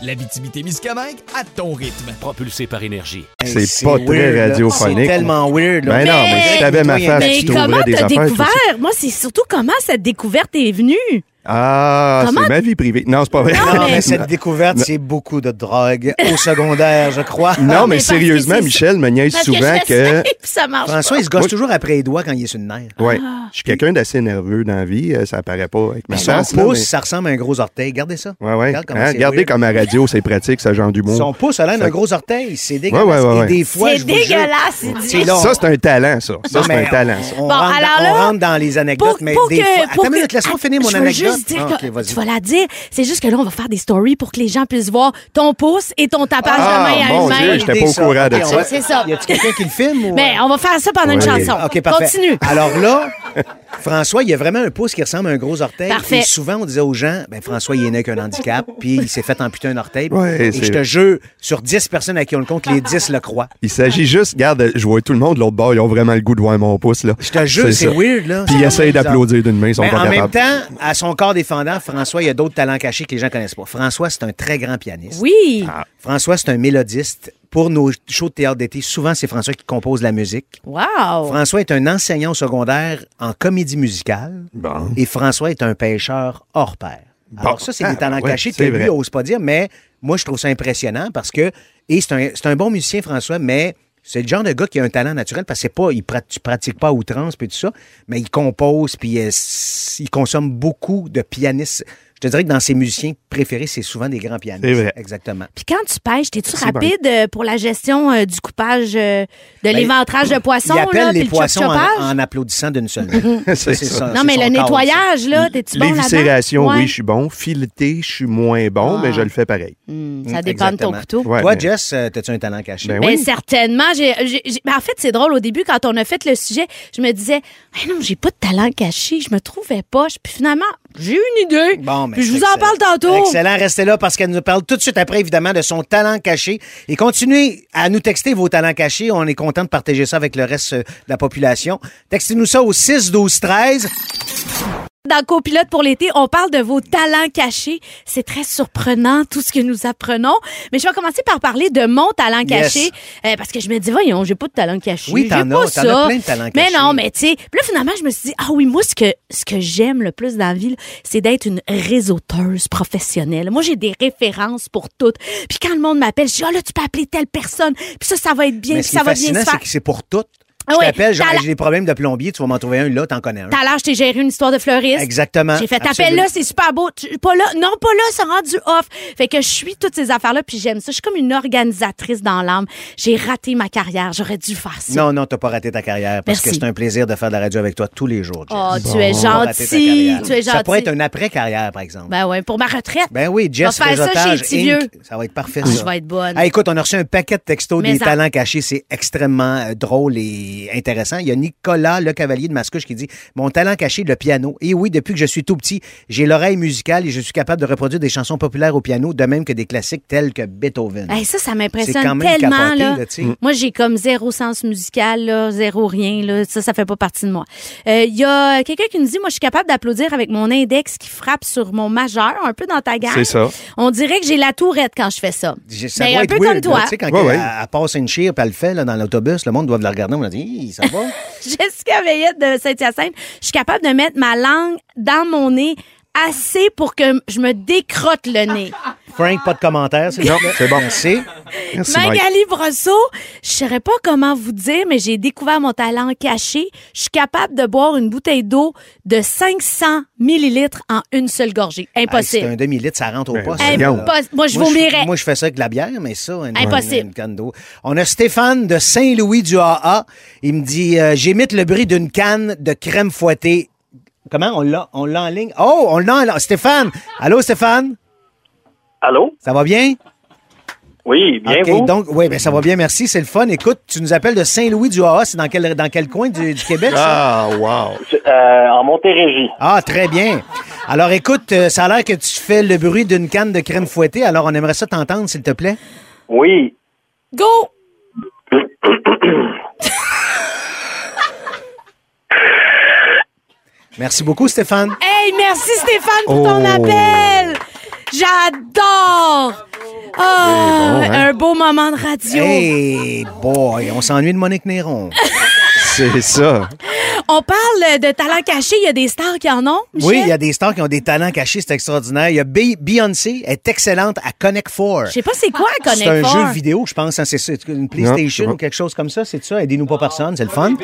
L'Abitibi-Témiscamingue à ton rythme. Propulsé par énergie. C'est Hey, pas weird, très là. radiophonique. C'est tellement weird. là. Ben non, mais Ah, si t'avais ma face, Mais tu comment trouverais des t'as affaires. toi découvert? aussi. Moi, c'est surtout comment cette découverte est venue. Ah, Comment- c'est ma vie privée. Non, c'est pas vrai. Non, Non, mais Ah, mais- cette découverte, c'est beaucoup de drogue au secondaire, je crois. Non, Ah, mais mais parce que sérieusement, c'est- Michel me niaise Parce que souvent je que. fais ça et puis ça marche. François, il se gosse Moi- toujours après les doigts quand il est sur une nerf. Ouais. Ah. Je suis quelqu'un d'assez nerveux dans la vie. euh, Ça apparaît pas avec ma Son face. là, pouce, mais- ça ressemble à un gros orteil. Regardez ça. Ouais, ouais. Regarde comment Hein, c'est regardez weird. comme à radio, c'est pratique, ce genre d'humour. Son pouce a l'air d'un Ça- gros orteil. C'est dégueulasse. Ouais, ouais, ouais, ouais. Et des fois, C'est je vous jure- dégueulasse, il dit. C'est long. Ça, c'est un talent, ça. Ça, Non, c'est un mais talent, on- ça. On, Bon, rentre, alors dans- on là, rentre dans les anecdotes, mais des fois... Attends une minute, laisse-moi finir mon Ah, je veux anecdote. Juste dire Ah, que ok, vas-y. tu vas la dire. C'est juste que là, on va faire des stories pour que les gens puissent voir ton pouce et ton tapage Ah, de main mon à Dieu, une main. j'étais pas au Ça, courant de ok, on ça. va- C'est ça. Ben, Y a-tu quelqu'un qui le filme? ou- euh? Mais on va faire ça pendant une Oui. chanson. OK, parfait. Ah. Continue. Alors là, François, il y a vraiment un pouce qui ressemble à un gros orteil. Parfait. Et souvent, on disait aux gens, ben François, il est né avec un handicap, puis il s'est fait amputer un orteil. Ouais, et c'est- je te jure, sur 10 personnes à qui on le compte, les 10 le croient. Il s'agit juste, regarde, je vois tout le monde de l'autre bord, ils ont vraiment le goût de voir mon pouce, là. Je te jure, ça. c'est weird, là. Puis ils C'est essayent bizarre. d'applaudir d'une main, ils sont Mais pas en même capables. temps, à son corps défendant, François, il y a d'autres talents cachés que les gens connaissent pas. François, c'est un très grand pianiste. Oui. Ah. François, c'est un mélodiste. Pour nos shows de théâtre d'été, souvent, c'est François qui compose la musique. Wow. François est un enseignant au secondaire en comédie musicale. Bon. Et François est un pêcheur hors pair. Alors Bon. ça, c'est Ah, des talents ben oui, cachés que c'est lui vrai. n'ose pas dire, mais moi, je trouve ça impressionnant parce que... Et c'est un, c'est un bon musicien, François, mais c'est le genre de gars qui a un talent naturel parce que c'est pas, il prat- tu pratiques pas à outrance puis tout ça, mais il compose puis euh, s- il consomme beaucoup de pianistes. Je te dirais que dans ses musiciens préférés, c'est souvent des grands pianistes. C'est vrai. Exactement. Puis quand tu pêches, t'es-tu Merci, rapide euh, pour la gestion euh, du coupage, euh, de l'éventrage de poissons, Ben, Il là, appelle puis les le poissons en, chop-chopage? en applaudissant d'une seule main. C'est ça. Non, c'est mais son corps, le ça. nettoyage, là, t'es-tu bon Les là-dedans? viscérations, Ouais. Ah. oui, je suis bon. Fileté, je suis moins bon, mais je le fais pareil. Hmm, ça dépend de ton Exactement. couteau. Ouais, Toi, mais- Jess, euh, t'as-tu un talent caché? Ben Ben, oui. certainement. J'ai- j'ai- j'ai- ben, en fait, c'est drôle. Au début, quand on a fait le sujet, je me disais, Ah non, j'ai pas de talent caché. Je me trouvais pas. Puis finalement, j'ai une idée. Bon, mais Puis je c'est vous en excellent. parle tantôt. Excellent. Restez là parce qu'elle nous parle tout de suite après, évidemment, de son talent caché. Et continuez à nous texter vos talents cachés. On est content de partager ça avec le reste euh, de la population. Textez-nous ça au 6 12 13 Dans Copilote pour l'été, on parle de vos talents cachés. C'est très surprenant, tout ce que nous apprenons. Mais je vais commencer par parler de mon talent Yes. caché. euh, parce que je me dis, voyons, j'ai pas de talent caché. Oui, j'ai t'en pas as, t'en ça. as plein de talents Mais cachés. non, mais tu sais. Puis là, finalement, je me suis dit, ah oui, moi, ce que, ce que j'aime le plus dans la vie, là, c'est d'être une réseauteuse professionnelle. Moi, j'ai des références pour toutes. Puis quand le monde m'appelle, je dis, ah là, tu peux appeler telle personne. Puis ça, ça va être bien. Mais puis ce qui ça est va bien fascinant, se c'est faire. que c'est pour tout. Ah Je ouais, t'appelle, genre, talent- j'ai des problèmes de plombier, tu vas m'en trouver un là, t'en connais un. Tout à l'heure, je t'ai géré une histoire de fleuriste. Exactement. J'ai fait Absolument. appel là, c'est super beau. Tu- Pas là, non, pas là, c'est rendu off. Fait que je suis toutes ces affaires-là, puis j'aime ça. Je suis comme une organisatrice dans l'âme. J'ai raté ma carrière. J'aurais dû faire ça. Non, non, t'as pas raté ta carrière parce Merci. que c'est un plaisir de faire de la radio avec toi tous les jours. Jess. Oh, tu es T'as pas raté ta gentil. carrière. Tu es gentil. Ça pourrait être un après-carrière, par exemple. Ben ouais, pour ma retraite. Ben oui, Je vais Jess faire ça chez les Réseautage petits Inc. vieux. Ça va être parfait, Ah, ça. je vais être bonne. Ah, écoute, on a reçu un paquet de textos Mais des ça- talents cachés. C'est extrêmement euh, drôle et intéressant. Il y a Nicolas, le cavalier de Mascouche, qui dit « Mon talent caché, le piano. Et oui, depuis que je suis tout petit, j'ai l'oreille musicale et je suis capable de reproduire des chansons populaires au piano, de même que des classiques tels que Beethoven. Hey, ça, ça C'est quand m'impressionne même tellement. capoté, là. là, tu sais. Moi, j'ai comme zéro sens musical, là, zéro rien. Là. Ça, ça fait pas partie de moi. Euh, Il y a quelqu'un qui nous dit, moi, je suis capable d'applaudir avec mon index qui frappe sur mon majeur, un peu dans ta gamme. C'est ça. On dirait que j'ai la tourette quand je fais ça. Ça Mais doit un être peu weird, comme toi. là, tu sais, quand Ouais, elle, ouais. elle passe une chire puis elle le fait là, dans l'autobus, le monde doit la regarder. On a dit Hi, ça va? Jessica Veillette de Saint-Hyacinthe, je suis capable de mettre ma langue dans mon nez assez pour que je me décrotte le nez. » Frank, pas de commentaire. s'il Non, vous plaît. c'est bon. Merci. Merci, Mike. Magali Brosseau, je saurais pas comment vous dire, mais j'ai découvert mon talent caché. Je suis capable de boire une bouteille d'eau de 500 millilitres en une seule gorgée. Hey, C'est un Impossible. demi-litre, ça rentre au Ben, poste. c'est là. bien. Impos- Moi, je vomirais. Moi, je fais ça avec de la bière, mais ça... une- Impossible. une canne d'eau. On a Stéphane de Saint-Louis-du-AA. Il me dit, euh, j'imite le bruit d'une canne de crème fouettée. Comment? On l'a on l'a en ligne? Oh, on l'a en ligne. Stéphane! Allô, Stéphane? Allô? Ça va bien? Oui, bien OK, vous? donc, oui, ben, ça va bien, merci. C'est le fun. Écoute, tu nous appelles de Saint-Louis-du-AA. C'est dans quel, dans quel coin du, du Québec, ça? Ah, wow. Euh, en Montérégie. Ah, très bien. Alors, écoute, euh, ça a l'air que tu fais le bruit d'une canne de crème fouettée. Alors, on aimerait ça t'entendre, s'il te plaît. Oui. Go! Merci beaucoup, Stéphane. Hey, merci Stéphane pour ton Oh. appel! J'adore! Oh, hein? un beau moment de radio. Hey, boy, on s'ennuie de Monique Néron. C'est ça. On parle de talent caché. Il y a des stars qui en ont. Michel? Oui, il y a des stars qui ont des talents cachés, c'est extraordinaire. Il y a Bey- Beyoncé, elle est excellente à Connect Four. Je sais pas c'est quoi, Connect C'est un Four. jeu vidéo, je pense. hein, c'est- C'est une PlayStation c'est bon. ou quelque chose comme ça, c'est ça. Aidez-nous pas personne, c'est le fun.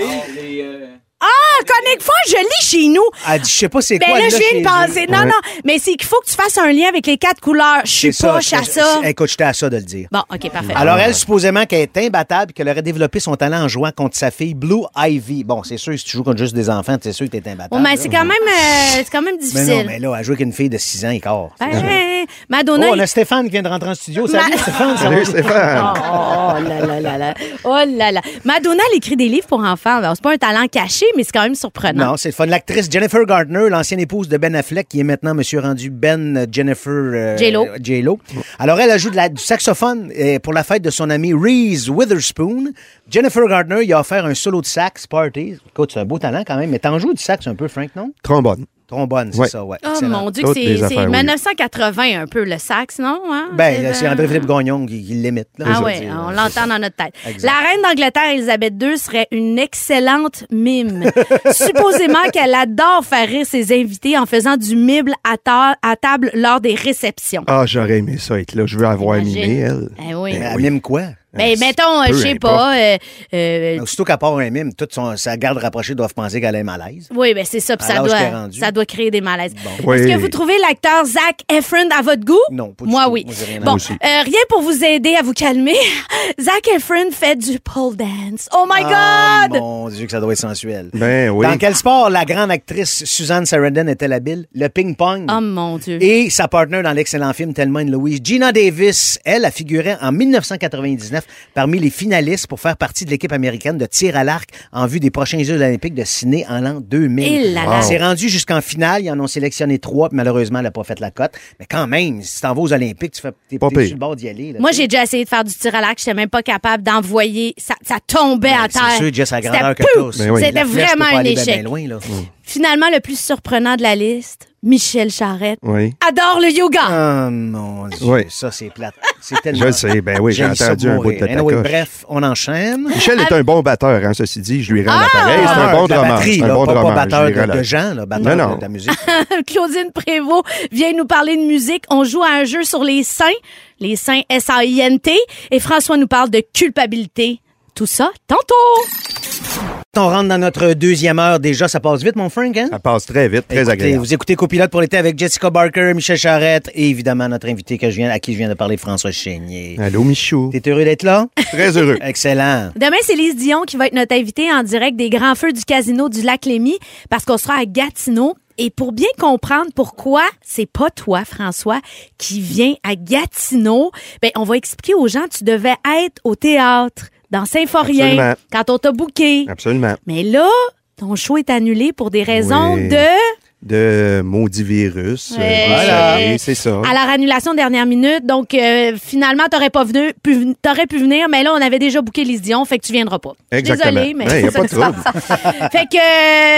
Ah, Connect Four, je lis chez nous. Elle dit, je sais pas c'est Ben quoi. là, je chez viens de eux. penser. Non, non, mais c'est qu'il faut que tu fasses un lien avec les quatre couleurs. Je suis C'est ça, poche à je- ça. je- Écoute, j'étais à ça de le dire. Bon, OK, parfait. Alors, elle, supposément qu'elle est imbattable et qu'elle aurait développé son talent en jouant contre sa fille Blue Ivy. Bon, c'est sûr, si tu joues contre juste des enfants, c'est sûr que t'es Bon, imbattable. ben, c'est quand même, euh, c'est quand même mais difficile. non, mais là, elle joue avec une fille de 6 ans et quart. Ben, hey, Oh, Madonna. on a Stéphane qui vient de rentrer en studio. Salut, Ma- Stéphane. ça va? Salut, Stéphane. Oh, oh là là là là. Oh là là. Madonna, elle écrit des livres pour enfants. Alors, c'est pas un talent caché, mais c'est quand même surprenant. Non, c'est le fun. L'actrice Jennifer Gardner, l'ancienne épouse de Ben Affleck, qui est maintenant monsieur rendu Ben euh, Jennifer euh, J.Lo. J.Lo. Alors, elle ajoute de la- du saxophone euh, pour la fête de son ami Reese Witherspoon. Jennifer Gardner, il a offert un solo de sax, Parties. Écoute, c'est un beau talent quand même, mais t'en joues du sax un peu, Frank, non? Trombone. Trombone, c'est Ouais. ça, ouais. Oh Excellent. mon Dieu, que Toutes c'est des c'est affaires, oui. 1980 un peu le sax, non? hein? Ben, euh, c'est André-Philippe Gagnon qui, qui l'imite. là, Ah je veux ouais, dire. on l'entend dans notre tête. Exact. La reine d'Angleterre, Elisabeth II, serait une excellente mime. Supposément qu'elle adore faire rire ses invités en faisant du mime à, ta- à table lors des réceptions. Ah, j'aurais aimé ça être là. Je veux avoir Imagine. mimé, elle. Eh oui. Mais Ah, Elle Ah, oui. mime quoi? Ben, mettons, euh, peu je sais pas. euh, euh, Aussitôt qu'à part un mime, toute son- sa garde rapprochée doivent penser qu'elle est malaise. oui, ben c'est ça, puis À ça l'âge qu'elle est doit, rendue. ça doit créer des malaises. Oui. Est-ce que vous trouvez l'acteur Zach Efron à votre goût? Non, pas du Moi, tout. oui. Moi, j'ai rien à bon, dire. euh, rien pour vous aider à vous calmer. Zach Efron fait du pole dance. Oh my Ah, God! mon Dieu, que ça doit être sensuel. Ben oui. Dans quel sport la grande actrice Suzanne Sarandon était la bille? Le ping-pong. Oh mon Dieu. Et sa partenaire dans l'excellent film Tellement une Louise, Gina Davis, elle a figuré en 1999 parmi les finalistes pour faire partie de l'équipe américaine de tir à l'arc en vue des prochains Jeux olympiques de Ciné en l'an 2000. Et là là. Elle s'est rendue jusqu'en finale, ils en ont sélectionné trois, puis malheureusement, elle n'a pas fait la cote. Mais quand même, si t'en vas aux Olympiques, tu fais t'es, Pas t'es pire. sur le bord d'y aller. là, Moi, tu sais. j'ai déjà essayé de faire du tir à l'arc. J'étais même pas capable d'envoyer. Ça, ça tombait à terre. Ben, Ah, C'est sûr, Jess, la C'était grandeur que pou! t'as. c'est- Ben oui. Mm. la C'était flèche peut vraiment pas un aller ben, échec. ben loin, là. Finalement, le plus surprenant de la liste, Michel Charette. Oui. Adore le yoga. Ah, mon Dieu, Oui. ça, c'est plate. C'est tellement... Je le sais, ben oui, j'ai J'aime ça entendu un bout mourir. de ta Anyway, coche. Bref, on enchaîne. Michel Ah, est un bon batteur, hein, ceci dit, je lui rends l'appareil. C'est Batteur un bon Ah, de la drummer. batterie, C'est un là, bon pas, pas drummer. je batteur lui rends de, de la- gens, là, batteur Non, non. de- de la musique. Claudine Prévost vient nous parler de musique. On joue à un jeu sur les seins, les seins S-A-I-N-T. Et François nous parle de culpabilité. Tout ça, tantôt. On rentre dans notre deuxième heure déjà. Ça passe vite, mon Frank, hein? Ça passe très vite, Ah, très Écoutez, agréable. Vous écoutez Copilote pour l'été avec Jessica Barker, Michel Charrette et évidemment notre invité que je viens, à qui je viens de parler, François Chénier. Allô, Michou. T'es heureux d'être là? Très heureux. Excellent. Demain, c'est Lise Dion qui va être notre invitée en direct des grands feux du casino du lac Lémy parce qu'on sera à Gatineau. Et pour bien comprendre pourquoi c'est pas toi, François, qui viens à Gatineau, ben, on va expliquer aux gens, tu devais être au théâtre, dans Symphorien, Absolument. quand on t'a booké. Absolument. Mais là, ton show est annulé pour des raisons Oui. de... De maudit virus. euh, Ouais. vous Voilà. savez, c'est ça. Alors, annulation dernière minute. Donc, euh, finalement, t'aurais pas venu, pu, ven- t'aurais pu venir, mais là, on avait déjà booké Lise Dion, fait que tu viendras pas. Je suis Exactement. Désolée, mais Ouais, y a c'est ça pas de qui se trouble. passe. fait que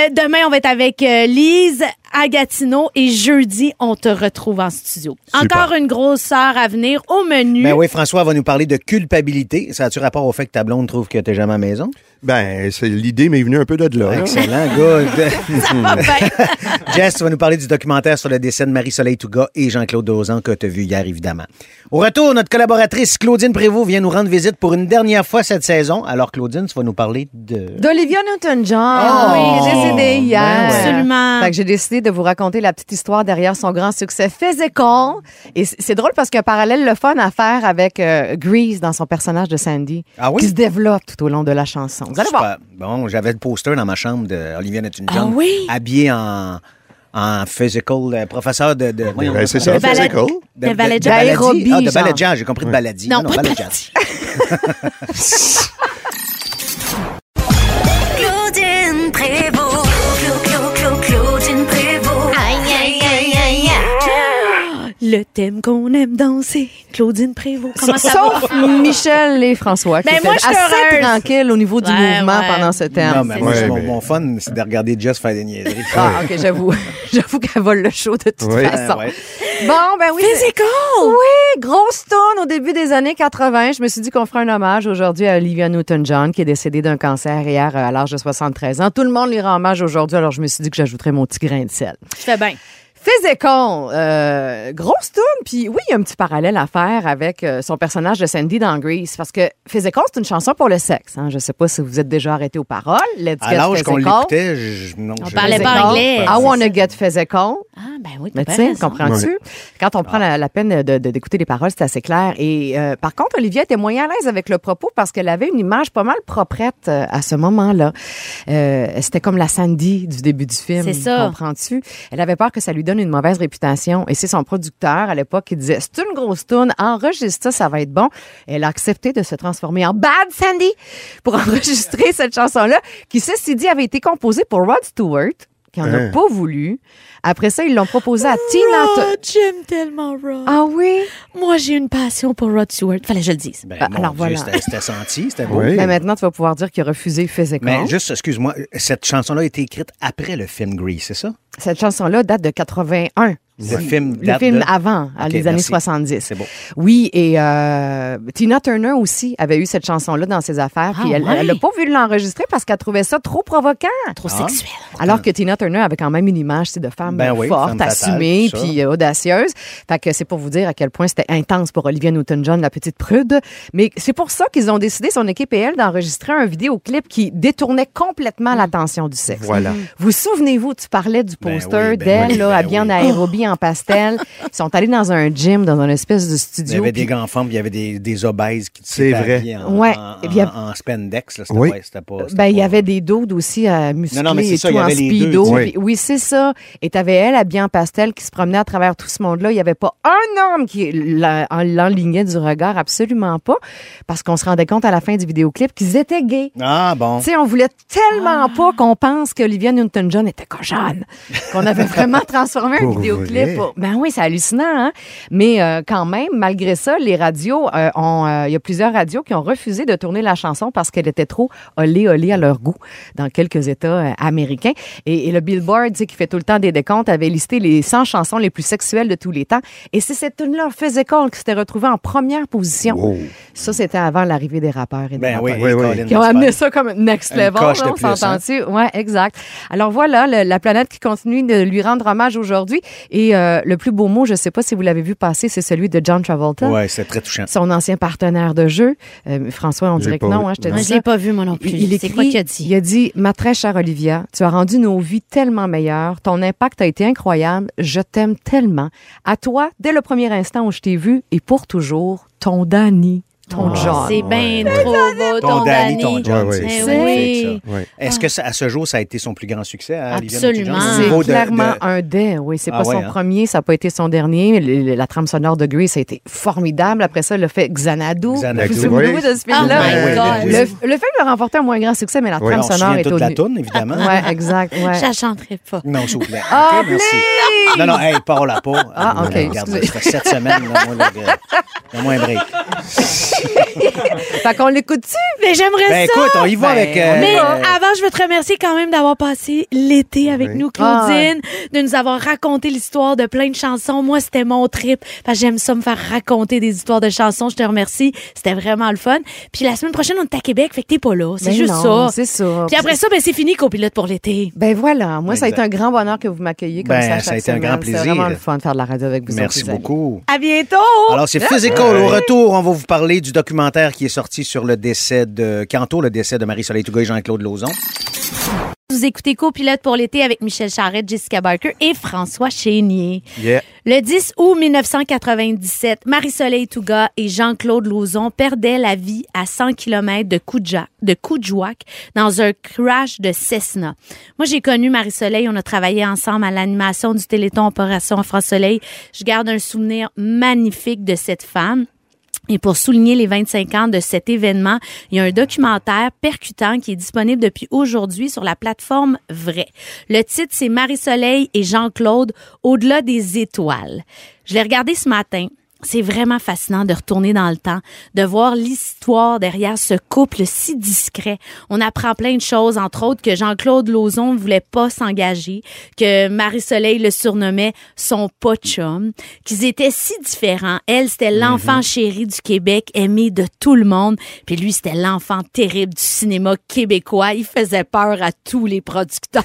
euh, demain, on va être avec euh, Lise à Gatineau et jeudi, on te retrouve en studio. Super. Encore une grosse heure à venir au menu. Ben oui, François va nous parler de culpabilité. Ça a-tu rapport au fait que ta blonde trouve que t'es jamais à la maison? Ben, c'est- l'idée m'est venue un peu de là. là. Excellent, good. Ah ben, Jess, tu vas nous parler du documentaire sur le décès de Marie-Soleil Touga et Jean-Claude Dozan que tu as vu hier, évidemment. Au retour, notre collaboratrice Claudine Prévost vient nous rendre visite pour une dernière fois cette saison. Alors, Claudine, tu vas nous parler de... D'Olivia Newton-John, Ah oui. qui est décédée hier. Ben ouais. Absolument. Fait que j'ai décidé de vous raconter la petite histoire derrière son grand succès Physical. Et c- c'est drôle parce qu'il y a un parallèle le fun à faire avec euh, Grease dans son personnage de Sandy, Ah oui? qui se développe tout au long de la chanson. Vous allez voir. Super. Bon, j'avais le poster dans ma chambre d'Olivia Newton-John, Ah oui? habillé en, en physical, euh, professeur de... de voyons, Ben, c'est ça, Le ballet- physical. le ballet de baladie. D'aérobie, Ah, de genre. ballet de jazz, j'ai compris de baladie. Non, pas de ballet de baladie. jazz. Claudine Prévost. Clo, clo, clo, Claudine Prévost. Aïe, aïe, aïe, aïe, aïe. Le thème qu'on aime danser. Claudine Prévost, comment ça, va? Sauf Michel et François, qui Ben, étaient moi, je suis assez heureuse. tranquilles au niveau du Ouais, mouvement ouais. pendant ce thème. Non, mais C'est moi, ça. c'est mon, Ouais, mais- mon fun, c'est de regarder Jess faire des niaiseries. Ah, OK, j'avoue. j'avoue qu'elle vole le show de toute Oui. façon. Ouais. Bon, ben oui. c'est- Physical! Oui, grosse tonne au début des années 80. Je me suis dit qu'on ferait un hommage aujourd'hui à Olivia Newton-John, qui est décédée d'un cancer hier euh, à l'âge de 73 ans. Tout le monde lui rend hommage aujourd'hui, alors je me suis dit que j'ajouterais mon petit grain de sel. Je fais bien. Physical, euh, grosse toune, puis oui, il y a un petit parallèle à faire avec euh, son personnage de Sandy dans Grease, parce que Physical, c'est une chanson pour le sexe. Hein. Je sais pas si vous êtes déjà arrêté aux paroles. Let's À get l'âge qu'on physical. l'écoutait, je, non, On je- Ah, parlait pas Physical. anglais. I wanna get physical. Ah, ben oui, t'as Mais bien tu sais, raison. comprends-tu? Quand on prend la, la peine d'écouter de, d'écouter les paroles, c'est assez clair. Et euh, par contre, Olivia était moyen à l'aise avec le propos parce qu'elle avait une image pas mal proprette euh, à ce moment-là. Euh, C'était comme la Sandy du début du film. C'est ça. Comprends-tu? Elle avait peur que ça lui donne une mauvaise réputation. Et c'est son producteur à l'époque qui disait C'est une grosse toune, enregistre ça, ça va être bon. Elle a accepté de se transformer en Bad Sandy pour enregistrer cette chanson-là, qui, ceci dit, avait été composée pour Rod Stewart qui en a pas voulu. Après ça, ils l'ont proposé à Tina. Tu- Rod, j'aime tellement Rod. Ah oui? Moi, j'ai une passion pour Rod Stewart. Fallait que je le dise. Ben, Ah, mon alors Dieu, voilà. c'était- C'était senti, c'était beau. Oui. Mais maintenant, tu vas pouvoir dire qu'il a refusé Physical. Mais juste, excuse-moi, cette chanson-là a été écrite après le film Grease, c'est ça? Cette chanson-là date de 81. Le film Le date film de- avant, à Ok, les années merci. 70. C'est beau. Oui, et euh, Tina Turner aussi avait eu cette chanson-là dans ses affaires. Ah puis elle ouais? n'a pas voulu l'enregistrer parce qu'elle trouvait ça trop provoquant. Trop Ah. sexuel. Alors que Tina Turner avait quand même une image tu sais, de femme Ben oui, forte, femme fatale, assumée, tout ça. puis euh, audacieuse. Fait que c'est pour vous dire à quel point c'était intense pour Olivia Newton-John, la petite prude. Mais c'est pour ça qu'ils ont décidé, son équipe et elle, d'enregistrer un vidéoclip qui détournait complètement Mm. l'attention du sexe. Voilà. Vous souvenez-vous, tu parlais du Ben poster oui, ben d'elle, oui, là, ben habillée oui. en aérobie, en pastel. Ils sont allés dans un gym, dans un espèce de Il y studio. avait des puis- grands femmes, il y avait des, des obèses qui C'est s'étaient vrai. habillées En, Ouais. en, Et puis il y avait- en- en spandex. là, C'était Oui. pas- c'était pas. c'était Ben, il y pas- avait des doudes aussi à muscler Non, non, mais c'est et ça, tout il y en avait les deux, speedo. tu sais. Puis- Oui, c'est ça. Et t'avais elle habillée en pastel qui se promenait à travers tout ce monde-là. Il n'y avait pas un homme qui la- en- l'enlignait du regard, absolument pas, parce qu'on se rendait compte à la fin du vidéoclip qu'ils étaient gays. Ah, bon. Tu sais, on voulait Ah. tellement pas qu'on pense qu'Olivia Newton-John était cochonne, qu'on avait vraiment transformé un Pour vidéoclip. vrai. pour- Ben oui, c'est hallucinant, hein? Mais euh, quand même, malgré ça, les radios, euh, ont, euh, il y a plusieurs radios qui ont refusé de tourner la chanson parce qu'elle était trop olé olé à leur goût dans quelques États euh, américains. Et, et le Billboard, tu sais, qui fait tout le temps des décomptes, avait listé les 100 chansons les plus sexuelles de tous les temps. Et c'est cette tune-là, Faisait Call, qui s'était retrouvée en première position. Wow. Ça, c'était avant l'arrivée des rappeurs et des Ben oui, rappeuses. oui, oui. Colin, Qui ont amené j'espère. ça comme next Une level, coche là, de on plus, hein. s'entend-tu? Ouais, exact. Alors voilà, le- la planète qui continue de lui rendre hommage aujourd'hui. Et euh, le plus beau mot, je sais pas si vous l'avez vu passer, c'est celui de John Travolta, Ouais, c'est très touchant. son ancien partenaire de jeu. Euh, François, on J'ai dirait que pas non, vu. hein, je te Moi, dis je ça. l'ai pas vu, moi non plus. Il C'est quoi écrit, qu'il a dit? il a dit, ma très chère Olivia, tu as rendu nos vies tellement meilleures, ton impact a été incroyable, je t'aime tellement. À toi, dès le premier instant où je t'ai vu, et pour toujours, ton Danny, Ah. ton John. C'est bien trop beau, Ton ton Danny, Danny. ton John. Ouais, c'est ouais. Eh magnifique, oui. ça. Ouais. Ah. Est-ce que ça, à ce jour, ça a été son plus grand succès? hein, Olivia Absolument. Newton-John? Au C'est niveau C'est de- clairement de- un dais, oui. C'est Ah pas ouais, son hein? premier, ça n'a pas été son dernier. Le- le- la trame sonore de Grey, ça a été formidable. Après ça, le fait Xanadu. Xanadu, Vous vous oui. souvenez de ce Oh film-là? Ah, my Ben God. oui. le, le film a remporté un moins grand succès, mais la Oui, on trame se sonore souvient est toute au la toune, hein. évidemment. Ouais, exact. ouais. Je la chanterai pas. Non, s'il vous plaît. Ah, OK, merci. Non, non, hey, pas la peau. Ah, OK, Regarde, excusez. ça fait sept semaines, là, moi, là, que- donne-moi un break. Fait qu'on l'écoute-tu? Mais j'aimerais Ben, ça. écoute, on y va Ben, avec... on y Mais euh, avant, je veux te remercier quand même d'avoir passé l'été avec nous, Claudine, de nous avoir raconté l'histoire de plein de chansons. Moi, c'était mon trip. parce que J'aime ça me faire raconter des histoires de chansons. Je te remercie. C'était vraiment le fun. Puis la semaine prochaine, on est à Québec. Fait que t'es pas là. C'est Ben juste ça. non, C'est ça. Puis après ça, ben, c'est fini, copilote pour l'été. Ben voilà, moi, ça a été Exact. un grand bonheur que vous m'accueilliez comme Ben, ça. chaque ça a été un semaine. grand C'est plaisir. vraiment le fun de faire de la radio avec vous. Merci autres, les amis. beaucoup. À bientôt! Alors, c'est Physical. Au retour, on va vous parler du documentaire qui est sorti sur le décès de Canto, le décès de Marie-Soleil Touga et Jean-Claude Lauzon. Vous écoutez Copilote pour l'été avec Michel Charette, Jessica Barker et François Chénier. Yeah. Le 10 août 1997, Marie-Soleil Touga et Jean-Claude Lauzon perdaient la vie à 100 km de Koudja, de Koudjouac dans un crash de Cessna. Moi, j'ai connu Marie-Soleil. On a travaillé ensemble à l'animation du Téléthon Opération France-Soleil. Je garde un souvenir magnifique de cette femme. Et pour souligner les 25 ans de cet événement, il y a un documentaire percutant qui est disponible depuis aujourd'hui sur la plateforme Vrai. Le titre, c'est Marie-Soleil et Jean-Claude au-delà des étoiles. Je l'ai regardé ce matin. C'est vraiment fascinant de retourner dans le temps, de voir l'histoire derrière ce couple si discret. On apprend plein de choses, entre autres que Jean-Claude Lauzon ne voulait pas s'engager, que Marie-Soleil le surnommait son pas de chum, qu'ils étaient si différents. Elle, c'était l'enfant chéri du Québec, aimé de tout le monde, puis lui, c'était l'enfant terrible du cinéma québécois. Il faisait peur à tous les producteurs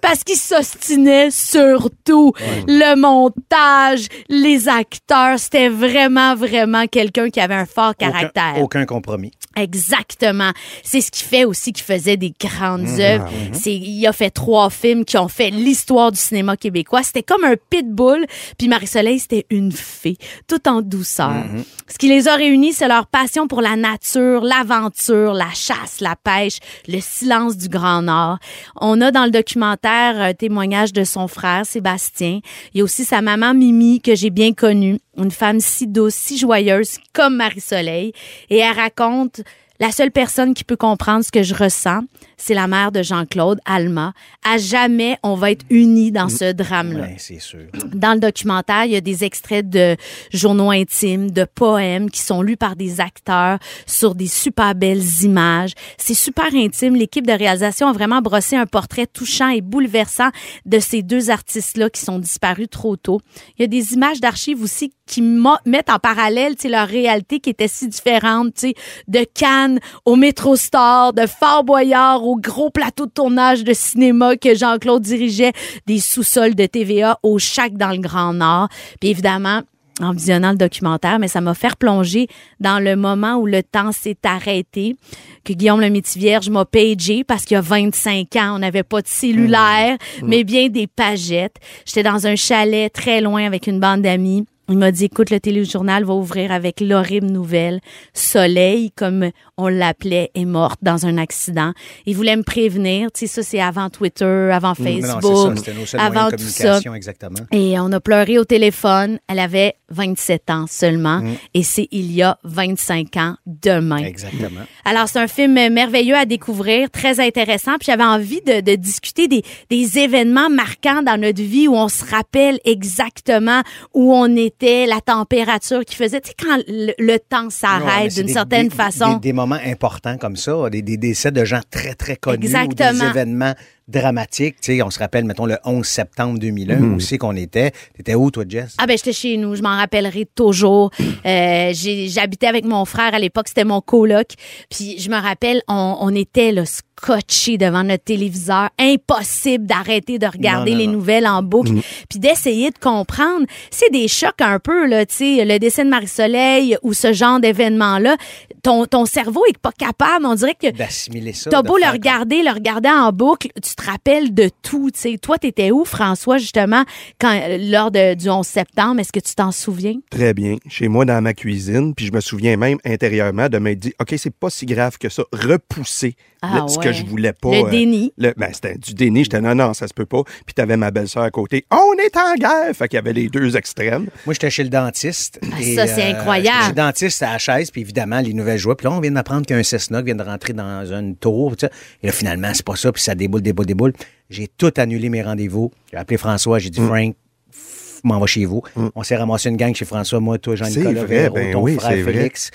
parce qu'ils s'ostinaient sur tout. Le montage, les acteurs, c'était vraiment, vraiment quelqu'un qui avait un fort caractère. Aucun, aucun compromis. Exactement. C'est ce qui fait aussi qu'il faisait des grandes œuvres. C'est, il a fait trois films qui ont fait l'histoire du cinéma québécois. C'était comme un pitbull. Puis Marie-Soleil, c'était une fée, tout en douceur. Ce qui les a réunis, c'est leur passion pour la nature, l'aventure, la chasse, la pêche, le silence du Grand Nord. On a dans le documentaire un témoignage de son frère, Sébastien. Il y a aussi sa maman, Mimi, que j'ai bien connue. Une femme si douce, si joyeuse, comme Marie-Soleil. Et elle raconte la seule personne qui peut comprendre ce que je ressens, c'est la mère de Jean-Claude, Alma. À jamais, on va être unis dans ce drame-là. Ben, c'est sûr. Dans le documentaire, il y a des extraits de journaux intimes, de poèmes qui sont lus par des acteurs sur des super belles images. C'est super intime. L'équipe de réalisation a vraiment brossé un portrait touchant et bouleversant de ces deux artistes-là qui sont disparus trop tôt. Il y a des images d'archives aussi qui mo- mettent en parallèle tu sais, leur réalité qui était si différente, tu sais, de Cannes au Métro Star, de Fort Boyard au gros plateau de tournage de cinéma que Jean-Claude dirigeait, des sous-sols de TVA au Chac dans le Grand Nord. Puis évidemment, en visionnant le documentaire, mais ça m'a fait plonger dans le moment où le temps s'est arrêté, que Guillaume le Métivierge m'a pagé parce qu'il y a 25 ans, on n'avait pas de cellulaire, mais bien des pagettes. J'étais dans un chalet très loin avec une bande d'amis. Il m'a dit, écoute, le téléjournal va ouvrir avec l'horrible nouvelle. Soleil, comme on l'appelait, est morte dans un accident. Il voulait me prévenir. Tu sais, ça, c'est avant Twitter, avant Mm. Non, Facebook, c'est ça, c'était nos seuls moyens avant de tout ça. communication, exactement. Et on a pleuré au téléphone. Elle avait 27 ans seulement. Mm. Et c'est il y a 25 ans demain. Exactement. Alors, c'est un film euh, merveilleux à découvrir, très intéressant. Puis j'avais envie de, de discuter des, des événements marquants dans notre vie où on se rappelle exactement où on était, la température qui faisait. Tu sais, quand le, le temps Non, mais s'arrête c'est d'une des- certaine des- façon. Des, des moments importants comme ça, des, des décès de gens très, très connus, ou des Exactement. événements dramatiques. Tu sais, on se rappelle, mettons, le 11 septembre 2001, où c'est qu'on était. T'étais où, toi, Jess? Ah ben j'étais chez nous, je m'en rappellerai toujours. Euh, j'ai- J'habitais avec mon frère à l'époque, c'était mon coloc. Puis je me rappelle, on, on était là, scotchés devant notre téléviseur, impossible d'arrêter de regarder Non, non, les non. Mm. nouvelles en boucle, puis d'essayer de comprendre. C'est des chocs un peu là, tu sais, le décès de Marie Soleil ou ce genre d'événement là. Ton, ton cerveau est pas capable, on dirait que D'assimiler ça. T'as de beau le faire comme- regarder, le regarder en boucle, tu te rappelles de tout. tu sais. Toi, t'étais où, François, justement, quand euh, lors de- du 11 septembre? Est-ce que tu t'en souviens? Très bien. Chez moi, dans ma cuisine, puis je me souviens même intérieurement de m'être dit, OK, c'est pas si grave que ça. Repousser Ah le- ce ouais. que je voulais pas. Le euh, déni. le- ben, c'était du déni. J'étais non, non, ça se peut pas. Puis t'avais ma belle-sœur à côté. On est en guerre! Fait qu'il y avait les deux extrêmes. Moi, j'étais chez le dentiste. Ah, ça, c'est incroyable. j'étais Chez le dentiste à la chaise, puis évidemment, les nouvelles joies. Puis là, on vient d'apprendre qu'un Cessna vient de rentrer dans une tour. tu sais. Et là, finalement, c'est pas ça, puis ça déboule, déboule, déboule. J'ai tout annulé mes rendez-vous. J'ai appelé François, j'ai dit, Mm. Frank, f- m'en va chez vous. On s'est ramassé une gang chez François, moi, toi, C'est Jean-Nicolas, vrai, Véro, ben ton oui, frère c'est vrai. Mm. Félix.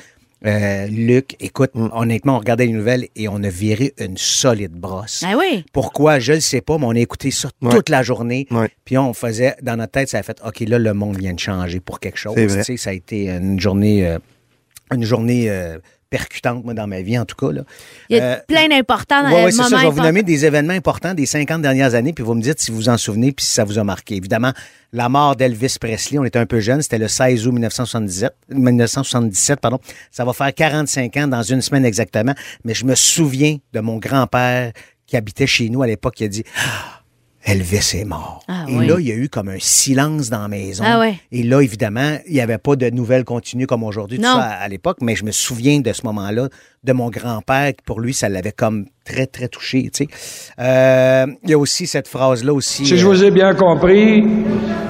euh, Luc, écoute, honnêtement, on regardait les nouvelles et on a viré une solide brosse. Ah oui. Pourquoi? Je le sais pas, mais on a écouté ça Ouais. toute la journée. Ouais. Puis on faisait, dans notre tête, ça a fait, OK, là, le monde vient de changer pour quelque chose. C'est vrai. Tu sais, ça a été une journée, euh, une journée euh, percutante, moi, dans ma vie, en tout cas. Là. Il y a Euh, plein d'importants ouais, euh, ouais, c'est ça. moments Je vais vous importants. nommer des événements importants des 50 dernières années, puis vous me dites si vous vous en souvenez, puis si ça vous a marqué. Évidemment, la mort d'Elvis Presley, on était un peu jeunes, c'était le 16 août 1977. 1977 pardon. Ça va faire 45 ans dans une semaine exactement, mais je me souviens de mon grand-père qui habitait chez nous à l'époque, qui a dit Ah, Elvis est mort. Ah Et oui. là, il y a eu comme un silence dans la maison. Ah ouais. Et là, évidemment, il n'y avait pas de nouvelles continues comme aujourd'hui, tout Non. ça, à l'époque, mais je me souviens de ce moment-là, de mon grand-père, qui pour lui, ça l'avait comme très, très touché. tu sais. Euh, il y a aussi cette phrase-là aussi. Si je euh, vous ai bien compris,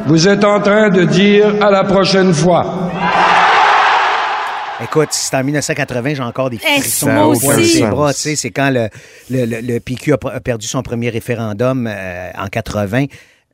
vous êtes en train de dire à la prochaine fois. euh, Écoute, c'est en 1980, j'ai encore des Eh, frissons moi au coin de aussi. ses bras. tu sais, C'est quand le, le, le- le PQ a, pr- a perdu son premier référendum euh, en 80.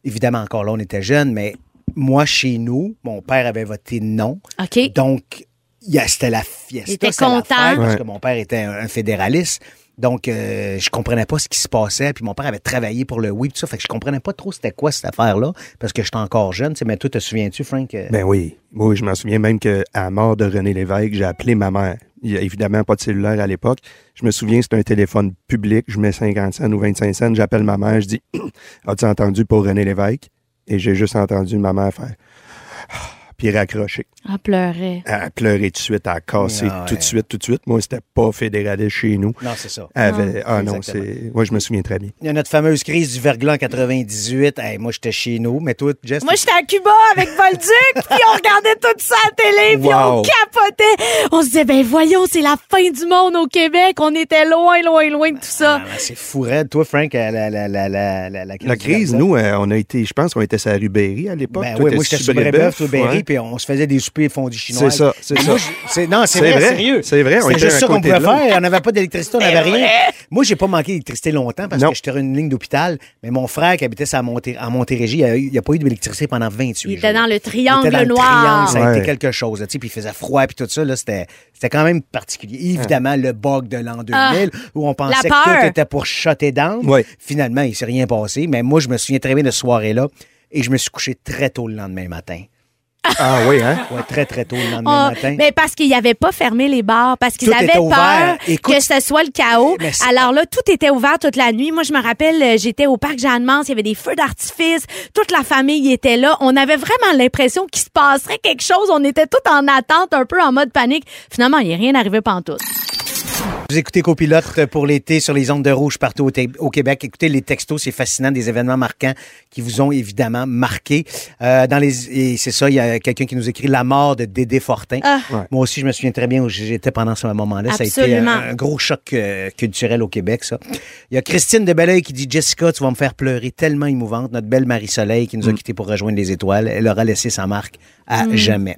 Évidemment, encore là, on était jeunes, mais moi, chez nous, mon père avait voté non. OK. Donc, il y a- c'était la fiesta. Il était c'était la content. fête, Parce Ouais. que mon père était un, un fédéraliste. Donc, euh, je comprenais pas ce qui se passait. Puis mon père avait travaillé pour le oui, tout ça. Fait que je comprenais pas trop c'était quoi cette affaire-là, parce que j'étais encore jeune. tu sais, Mais toi, te souviens-tu, Frank? euh, Ben oui. Oui, je m'en souviens même qu'à la mort de René Lévesque, j'ai appelé ma mère. Il n'y a évidemment pas de cellulaire à l'époque. Je me souviens, c'était un téléphone public. Je mets 50 cents ou 25 cents. J'appelle ma mère. Je dis As-tu entendu pour René Lévesque Et j'ai juste entendu ma mère faire Ah puis raccrocher. On pleurait. À pleurer tout de suite, à casser Ah ouais. tout de suite, tout de suite. Moi, c'était pas fédéraliste chez nous. Non, c'est ça. Elle avait- ah non, Exactement. c'est. Moi, je me souviens très bien. Il y a notre fameuse crise du verglas en 98. Hey, moi, j'étais chez nous, mais toi, Jess, Moi, j'étais à Cuba avec Bolduc, puis on regardait tout ça à la télé, puis on Wow. capotait. On se disait, ben voyons, c'est la fin du monde au Québec. On était loin, loin, loin de tout ça. Ah, c'est fou raide. Toi, Frank, la, la, la, la, la, la crise. La du crise, verglas. nous, euh, on a été, je pense qu'on était sur la rue Berry à l'époque. Ben Toi, oui, t'es moi, j'étais sur Brébeuf, Brébeuf, sur Berry, ouais. puis on se faisait des soupers fondus chinois. C'est ça, c'est Mais ça. moi, je- c'est- non, C'est c'est vrai, vrai, sérieux. c'est vrai, on C'était était juste à ça qu'on côté pouvait de l'autre. faire. On n'avait pas d'électricité, on n'avait rien. Moi, j'ai pas manqué d'électricité longtemps parce Non. que j'étais sur une ligne d'hôpital, mais mon frère qui habitait ça à, Monté- à Montérégie, il a eu- il n'a pas eu d'électricité pendant 28 Il était jours. dans le Il triangle était dans le noir. triangle, ça a Ah, Ouais. été quelque chose. là, tu sais, Puis il faisait froid, puis tout ça. là, C'était c'était quand même particulier. Ah. Évidemment, le bug de l'an 2000, où on pensait Ah, la que peur. tout était pour shotter down. Ouais. Finalement, il s'est rien passé. Mais moi, je me souviens très bien de ce soirée-là. Et je me suis couché très tôt le lendemain matin. Ah oui, hein? Ouais, très, très tôt le lendemain Ah, matin. ben parce qu'ils n'avaient pas fermé les bars, parce qu'ils Tout avaient était ouvert. peur Écoute, que ce soit le chaos. mais c'est- Alors là, tout était ouvert toute la nuit. Moi, je me rappelle, euh, j'étais au parc Jeanne-Mance, il y avait des feux d'artifice, toute la famille était là. On avait vraiment l'impression qu'il se passerait quelque chose. On était tous en attente, un peu en mode panique. Finalement, il n'est rien arrivé pantoute. Vous écoutez Copilote pour l'été sur les ondes de rouge partout au, Té- au Québec. Écoutez les textos, c'est fascinant, des événements marquants qui vous ont évidemment marqué. Euh, dans les, et c'est ça, il y a quelqu'un qui nous écrit la mort de Dédé Fortin. Ah. Ouais. Moi aussi, je me souviens très bien où j'étais pendant ce moment-là. Ça a été un, Absolument. un gros choc euh, culturel au Québec, ça. Il y a Christine de Belleuil qui dit Jessica, tu vas me faire pleurer tellement émouvante. Notre belle Marie-Soleil qui nous a quittés pour rejoindre les étoiles. Elle aura laissé sa marque à Mm. jamais.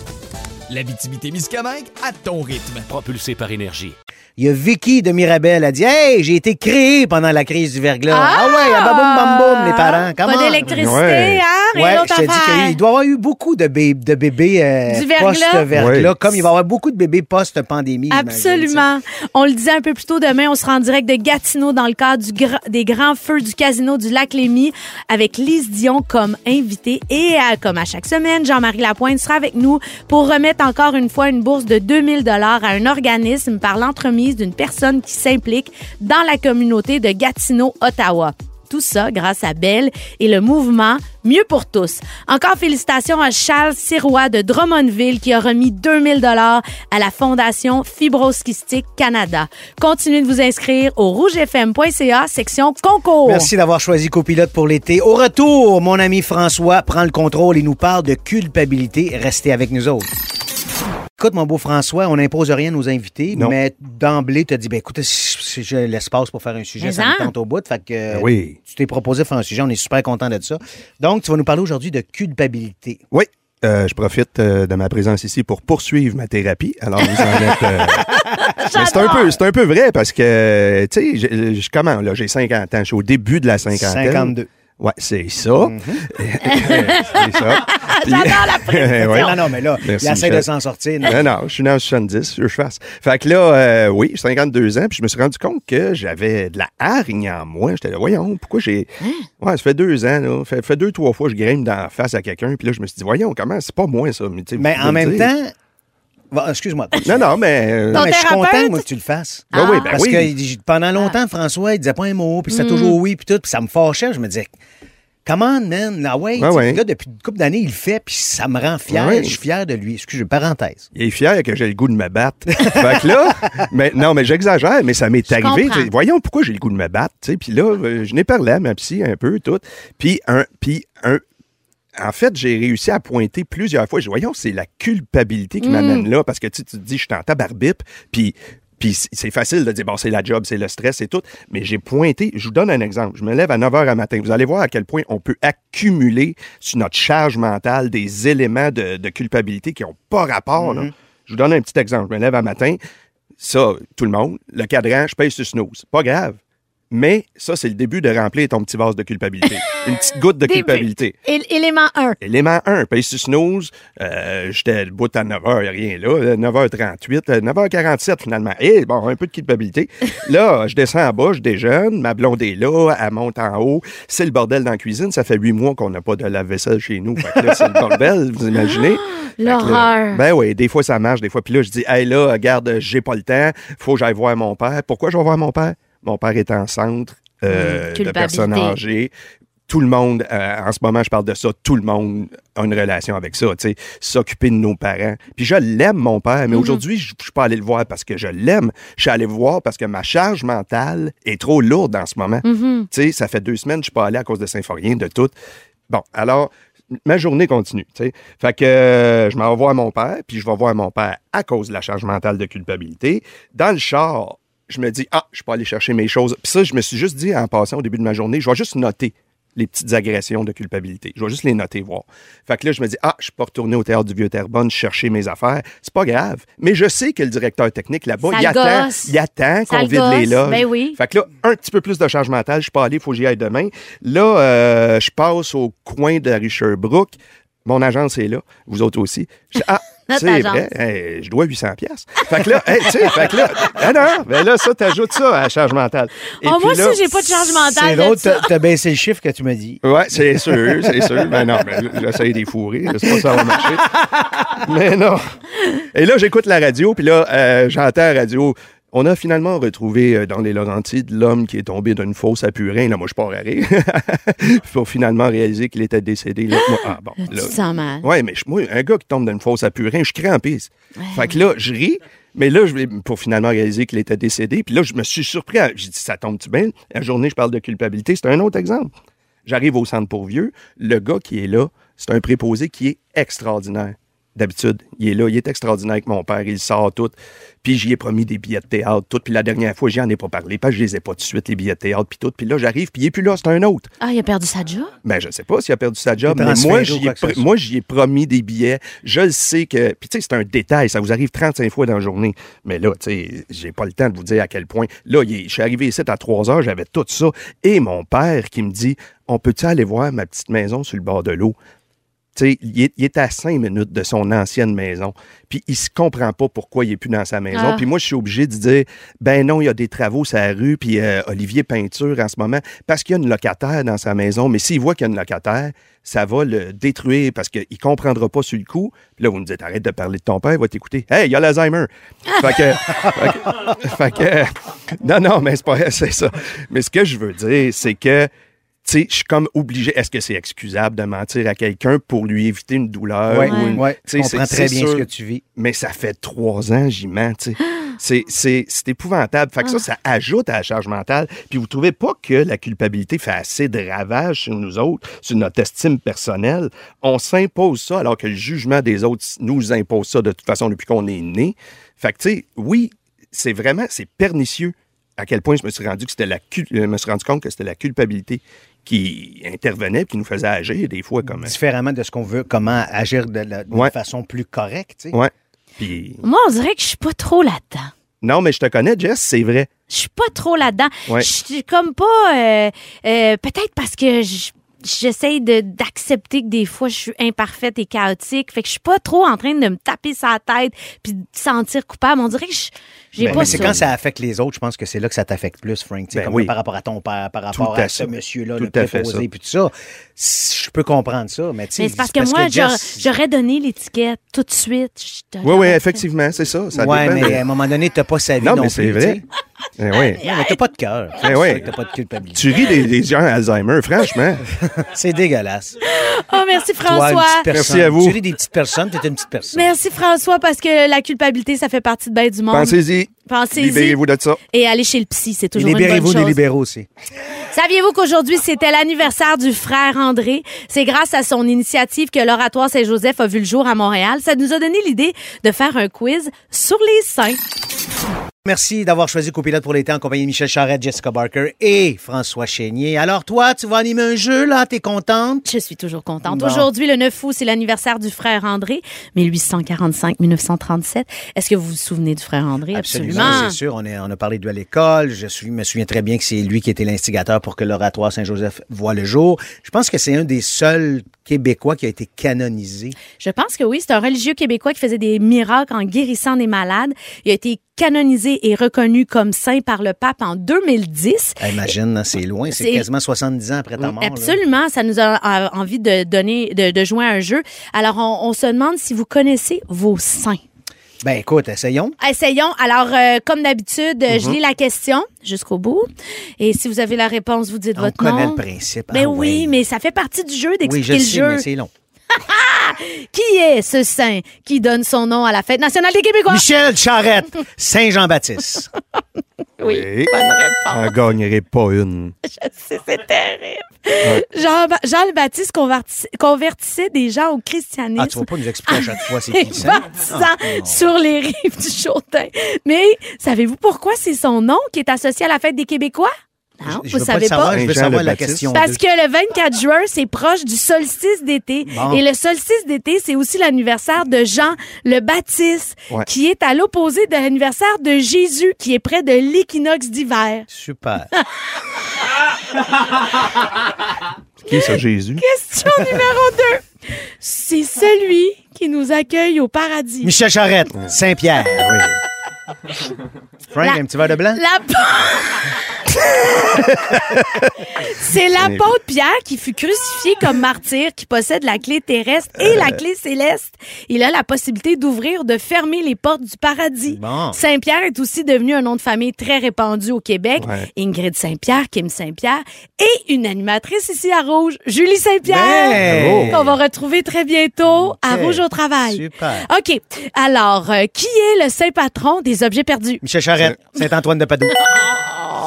L'Abitibi-Témiscamingue à ton rythme. Propulsé par énergie. Il y a Vicky de Mirabel a dit Hey, j'ai été créé pendant la crise du verglas. Ah, ouais, ah, baboum, bam, boum, les parents. Comment? Pas d'électricité, Ouais. hein? Rien Ouais, d'autre je à te dis faire. qu'il doit y avoir eu beaucoup de, bé- de bébés euh, Du verglas. post-verglas, Ouais. comme il va y avoir beaucoup de bébés post-pandémie. j'imagine, ça. Absolument. On le disait un peu plus tôt, demain, on sera en direct de Gatineau dans le cadre du gra- des grands feux du casino du lac Lémy avec Lise Dion comme invitée. Et euh, comme à chaque semaine, Jean-Marie Lapointe sera avec nous pour remettre encore une fois une bourse de 2000 dollars à un organisme par l'entremise d'une personne qui s'implique dans la communauté de Gatineau, Ottawa. Tout ça grâce à Belle et le mouvement Mieux pour tous. Encore félicitations à Charles Sirois de Drummondville qui a remis 2000 dollars à la Fondation Fibroschistique Canada. Continuez de vous inscrire au rougefm.ca section concours. Merci d'avoir choisi Copilote pour l'été. Au retour, mon ami François prend le contrôle et nous parle de culpabilité. Restez avec nous autres. Écoute, mon beau François, on n'impose rien à nos invités, Non. mais d'emblée, tu as dit, ben, écoute, si si j'ai l'espace pour faire un sujet, Mais ça me hein? tente au bout. Fait que, euh, Ben oui. Tu t'es proposé de faire un sujet, on est super content de ça. Donc, tu vas nous parler aujourd'hui de culpabilité. Oui. Euh, je profite euh, de ma présence ici pour poursuivre ma thérapie. Alors, vous en êtes. euh, Mais c'est un peu, c'est un peu vrai parce que, tu sais, je, je- comment, là, j'ai 50 ans, je suis au début de la cinquantaine. 52. Ouais, c'est ça. Mhm. c'est ça. J'adore la Eh ouais. Non, non, mais là, Merci, il essaie Michel. de Euh, s'en sortir. non? Non, non, je suis né en 70, je fasse. Fait que là, euh, oui, j'ai 52 ans, puis je me suis rendu compte que j'avais de la hargne en moi. J'étais là, voyons, pourquoi j'ai. Hein? Ouais, ça fait deux ans, là. Fait, fait deux, trois fois, je grime dans la face à quelqu'un, puis là, je me suis dit, voyons, comment, c'est pas moi, ça. Mais, tu sais, Mais vous en pouvez même le dire. temps, Bon, excuse-moi. Non, non, mais. euh, Non, mais je suis thérapeute? content, moi, que tu le fasses. Ah oui, ben Parce oui. que il- pendant longtemps, François, il disait pas un mot, Mm. puis c'était toujours oui, puis tout, puis ça me fâchait. Je me disais, come on, man, ah ouais, Ah tu sais, ouais. le gars, depuis une couple d'années, il le fait, puis ça me rend fier, Ah ouais. je suis fier de lui. Excusez, parenthèse. Il est fier que j'ai le goût de me battre. fait que là, mais, non, mais j'exagère, mais ça m'est arrivé. comprends. J'ai- Voyons pourquoi j'ai le goût de me battre. tu sais. Puis là, euh, je n'ai parlé à ma psy un peu, tout. Puis un, puis un, en fait, j'ai réussi à pointer plusieurs fois. Je dis, voyons, c'est la culpabilité qui m'amène là. Parce que tu, sais, tu te dis, je suis en tabarbip, puis... Puis c- c'est facile de dire, bon, c'est la job, c'est le stress, c'est tout. Mais j'ai pointé, je vous donne un exemple. Je me lève à 9 h à matin. Vous allez voir à quel point on peut accumuler sur notre charge mentale des éléments de, de culpabilité qui n'ont pas rapport. là. Je vous donne un petit exemple. Je me lève à matin. Ça, tout le monde, le cadran, je paye sur snooze. Pas grave. Mais ça, c'est le début de remplir ton petit vase de culpabilité. Une petite goutte de Début. culpabilité. É- Élément 1. Élément 1, paye sur snooze. Euh, J'étais le bout à 9h, rien là. 9h38, euh, 9h47 finalement. Et bon, un peu de culpabilité. là, je descends en bas, je déjeune, ma blonde est là, elle monte en haut. C'est le bordel dans la cuisine. Ça fait huit mois qu'on n'a pas de lave-vaisselle chez nous. Fait que là, c'est le bordel, vous imaginez. Fait que là, l'horreur. ben oui, des fois ça marche, des fois. Puis là, je dis, hey là, regarde, j'ai pas le temps, faut que j'aille voir mon père. Pourquoi je vais voir mon père? Mon père est en centre euh, Mm, de personnes culpabilité. âgées. tout le monde, euh, en ce moment, je parle de ça, tout le monde a une relation avec ça, tu sais, s'occuper de nos parents. Puis je l'aime, mon père, mais aujourd'hui, je je suis pas allé le voir parce que je l'aime. Je suis allé le voir parce que ma charge mentale est trop lourde en ce moment. Tu sais, ça fait deux semaines que je suis pas allé à cause de Saint-Forien, de tout. Bon, alors, ma journée continue, tu sais. Fait que euh, je m'en vais voir mon père, puis je vais voir mon père à cause de la charge mentale de culpabilité. Dans le char, je me dis, ah, je suis pas allé chercher mes choses. Puis ça, je me suis juste dit, en passant au début de ma journée, je vais juste noter les petites agressions de culpabilité. Je vais juste les noter, voir. Fait que là, je me dis, ah, je suis pas retourné au théâtre du Vieux-Terrebonne chercher mes affaires. C'est pas grave. Mais je sais que le directeur technique là-bas, Ça il le attend, gosse. il attend Ça qu'on le vide les gosse. loges. Ben oui. Fait que là, un petit peu plus de charge mentale. Je suis pas allé, faut que j'y aille demain. Là, euh, je passe au coin de la rue Sherbrooke. Mon agence est là, vous autres aussi. Je dis, ah, Notre c'est agence. vrai, hey, je dois 800 pièces. Fait que là, hey, tu sais, fait que là, ah non, ben là, ça, t'ajoutes ça à la charge mentale. Et Ah, puis moi là- euh, aussi, j'ai pas de charge C'est mentale. de drôle, ça. t'as t'as baissé le chiffre que tu m'as dit. Ouais, c'est sûr, c'est sûr. Ben non, ben, là, ça a des fourrés. là, C'est pas ça, on va marcher. Mais non. Et là, j'écoute la radio, puis là, euh, j'entends la radio. On a finalement retrouvé euh, dans les Laurentides l'homme qui est tombé d'une fosse à Purin. Là, moi, je pars à rire. Pour finalement réaliser qu'il était décédé. Là, moi, ah, bon. Tu là. te sens mal. Ouais, mais je- moi, un gars qui tombe d'une fosse à Purin, je crains en pisse. Fait que là, je ris. Mais là, je vais pour finalement réaliser qu'il était décédé. Puis là, je me suis surpris. à- J'ai dit, ça tombe-tu bien? La journée, je parle de culpabilité. C'est un autre exemple. J'arrive au centre pour vieux. Le gars qui est là, c'est un préposé qui est extraordinaire. D'habitude, il est là, il est extraordinaire avec mon père, il sort tout. Puis j'y ai promis des billets de théâtre, tout. Puis la dernière fois, j'y en ai pas parlé, parce que je les ai pas tout de suite, les billets de théâtre, puis tout. Puis là, j'arrive, puis il est plus là, c'est un autre. Ah, il a perdu sa job? Ben, je sais pas s'il a perdu sa job, Il mais est moi, transféré ou j'y ai, quoi que ce pr- soit. moi, j'y ai promis des billets. Je le sais que. Puis, tu sais, c'est un détail. Ça vous arrive 35 fois dans la journée. Mais là, tu sais, j'ai pas le temps de vous dire à quel point. Là, il est- je suis arrivé ici à 3 heures, j'avais tout ça. Et mon père qui me dit On peut-tu aller voir ma petite maison sur le bord de l'eau? Tu sais, il est, il est à cinq minutes de son ancienne maison. Puis il se comprend pas pourquoi il est plus dans sa maison. Ah. Puis moi, je suis obligé de dire, ben non, il y a des travaux sur la rue, puis euh, Olivier Peinture en ce moment, parce qu'il y a une locataire dans sa maison. Mais s'il voit qu'il y a une locataire, ça va le détruire parce qu'il comprendra pas sur le coup. Puis là, vous me dites, arrête de parler de ton père, il va t'écouter. Hey, il y a l'Alzheimer. fait que, fait que- fait que- non, non, mais c'est pas, c'est ça. Mais ce que je veux dire, c'est que, tu sais, je suis comme obligé. Est-ce que c'est excusable de mentir à quelqu'un pour lui éviter une douleur? Oui, ou une- ouais, Euh, tu sais, je c'est- comprends très c'est bien ce sûr. que tu vis. Mais ça fait trois ans, j'y mens, tu sais. C'est- C'est c'est épouvantable. Fait que ça, ça ajoute à la charge mentale. Puis vous trouvez pas que la culpabilité fait assez de ravages sur nous autres, sur notre estime personnelle. On s'impose ça alors que le jugement des autres nous impose ça de toute façon depuis qu'on est né. Fait que, tu sais, oui, c'est vraiment, c'est pernicieux à quel point je me suis rendu que c'était la cul- euh, me suis rendu compte que c'était la culpabilité qui intervenait, qui nous faisait agir des fois comme Différemment de ce qu'on veut, comment agir de, la- d'une Ouais. façon plus correcte. tu sais. Ouais. Puis Moi, on dirait que je suis pas trop là-dedans. non, mais je te connais, Jess, c'est vrai. Je suis pas trop là-dedans. Ouais. Je suis comme pas. euh, euh, Peut-être parce que je- j'essaye de- d'accepter que des fois je suis imparfaite et chaotique. Fait que je suis pas trop en train de me taper sa tête puis de me sentir coupable. On dirait que je- Mais, j'ai pas Ben, mais c'est ça. quand ça affecte les autres, je pense que c'est là que ça t'affecte plus, Frank. tu sais, Ben comme oui. là, par rapport à ton père, par rapport à à, ce ça. monsieur-là, Tout le à fait préposé, ça. puis tout ça. Je peux comprendre ça, mais tu sais, Mais c'est parce, que moi, j'aurais- Jess- j'aurais donné l'étiquette tout de suite. Je te Oui, oui, l'aurais effectivement, c'est ça. ça ouais, dépend mais de- à un moment donné, t'as pas sa vie. Non, mais plus, c'est tu vrai. sais. Eh oui. Non, mais t'as pas de cœur. Eh C'est oui. sûr que T'as pas de culpabilité. Tu ris des, des gens Alzheimer, franchement. C'est dégueulasse. fait. Oh, merci Toi, une François. petite personne. Merci à vous. Tu ris des petites personnes, t'es une petite personne. Merci François parce que la culpabilité, ça fait partie de bien du monde. Pensez-y. Pensez-y. Libérez-vous de ça. Et aller chez le psy, c'est Et toujours une bonne Libérez-vous des chose. libéraux aussi. Saviez-vous qu'aujourd'hui, c'était l'anniversaire du frère André? C'est grâce à son initiative que l'Oratoire Saint-Joseph a vu le jour à Montréal. Ça nous a donné l'idée de faire un quiz sur les saints. Merci d'avoir choisi Copilote pour l'été en compagnie de Michel Charette, Jessica Barker et François Chénier. Alors toi, tu vas animer un jeu, là, t'es contente? Je suis toujours contente. Bon. Aujourd'hui, le 9 août, c'est l'anniversaire du frère André, 1845-1937. Est-ce que vous vous souvenez du frère André? Ah, c'est sûr. On, est- on a parlé de lui à l'école. Je suis- me souviens très bien que c'est lui qui était l'instigateur pour que l'oratoire Saint-Joseph voit le jour. Je pense que c'est un des seuls Québécois qui a été canonisé. Je pense que oui, c'est un religieux québécois qui faisait des miracles en guérissant des malades. Il a été canonisé et reconnu comme saint par le pape en 2010. Ah, Imagine, là, c'est loin. C'est C'est- quasiment 70 ans après ta mort. là. Absolument, ça nous a euh, envie de donner, de, de jouer à un jeu. Alors, on, on se demande si vous connaissez vos saints. Ben écoute, essayons. Essayons. Alors, euh, comme d'habitude, euh, je Mhm. lis la question jusqu'au bout. Et si vous avez la réponse, vous dites On votre nom. connaît le principe. Ben Ah oui, ouais. mais ça fait partie du jeu Oui, d'expliquer je le sais, jeu. mais c'est long. Qui est ce saint qui donne son nom à la fête nationale des Québécois? Michel Charette, Saint-Jean-Baptiste. Oui. J'en gagnerai pas une. Je sais, c'est terrible. Jean, Jean le Baptiste converti- convertissait des gens au christianisme. Ah, tu vas pas nous expliquer à chaque fois c'est et qui Ah, le saint? bâtissant sur les rives du Chautin. Mais savez-vous pourquoi c'est son nom qui est associé à la fête des Québécois? Non, Je vous veux Hein? pas le savez pas. savoir, je veux Saint-Jean savoir le la Baptiste. question. Parce que le 24 juin, c'est proche du solstice d'été. Bon. Et le solstice d'été, c'est aussi l'anniversaire de Jean le Baptiste, Ouais. qui est à l'opposé de l'anniversaire de Jésus, qui est près de l'équinoxe d'hiver. Super. Qui est ça, Jésus? Question numéro 2. C'est celui qui nous accueille au paradis. Michel Charette, Ah. Saint-Pierre. Frank, La- un petit verre de blanc? L'apôtre- C'est l'apôtre Pierre qui fut crucifié comme martyr, qui possède la clé terrestre et Euh. la clé céleste. Il a la possibilité d'ouvrir ou de fermer les portes du paradis. Bon. Saint-Pierre est aussi devenu un nom de famille très répandu au Québec. Ouais. Ingrid Saint-Pierre, Kim Saint-Pierre et une animatrice ici à Rouge, Julie Saint-Pierre, Ben! qu'on va retrouver très bientôt à Ok. Rouge au travail. Super. OK. Alors, euh, qui est le saint patron des objets perdus? Michel Charette, Saint-Antoine de Padoue.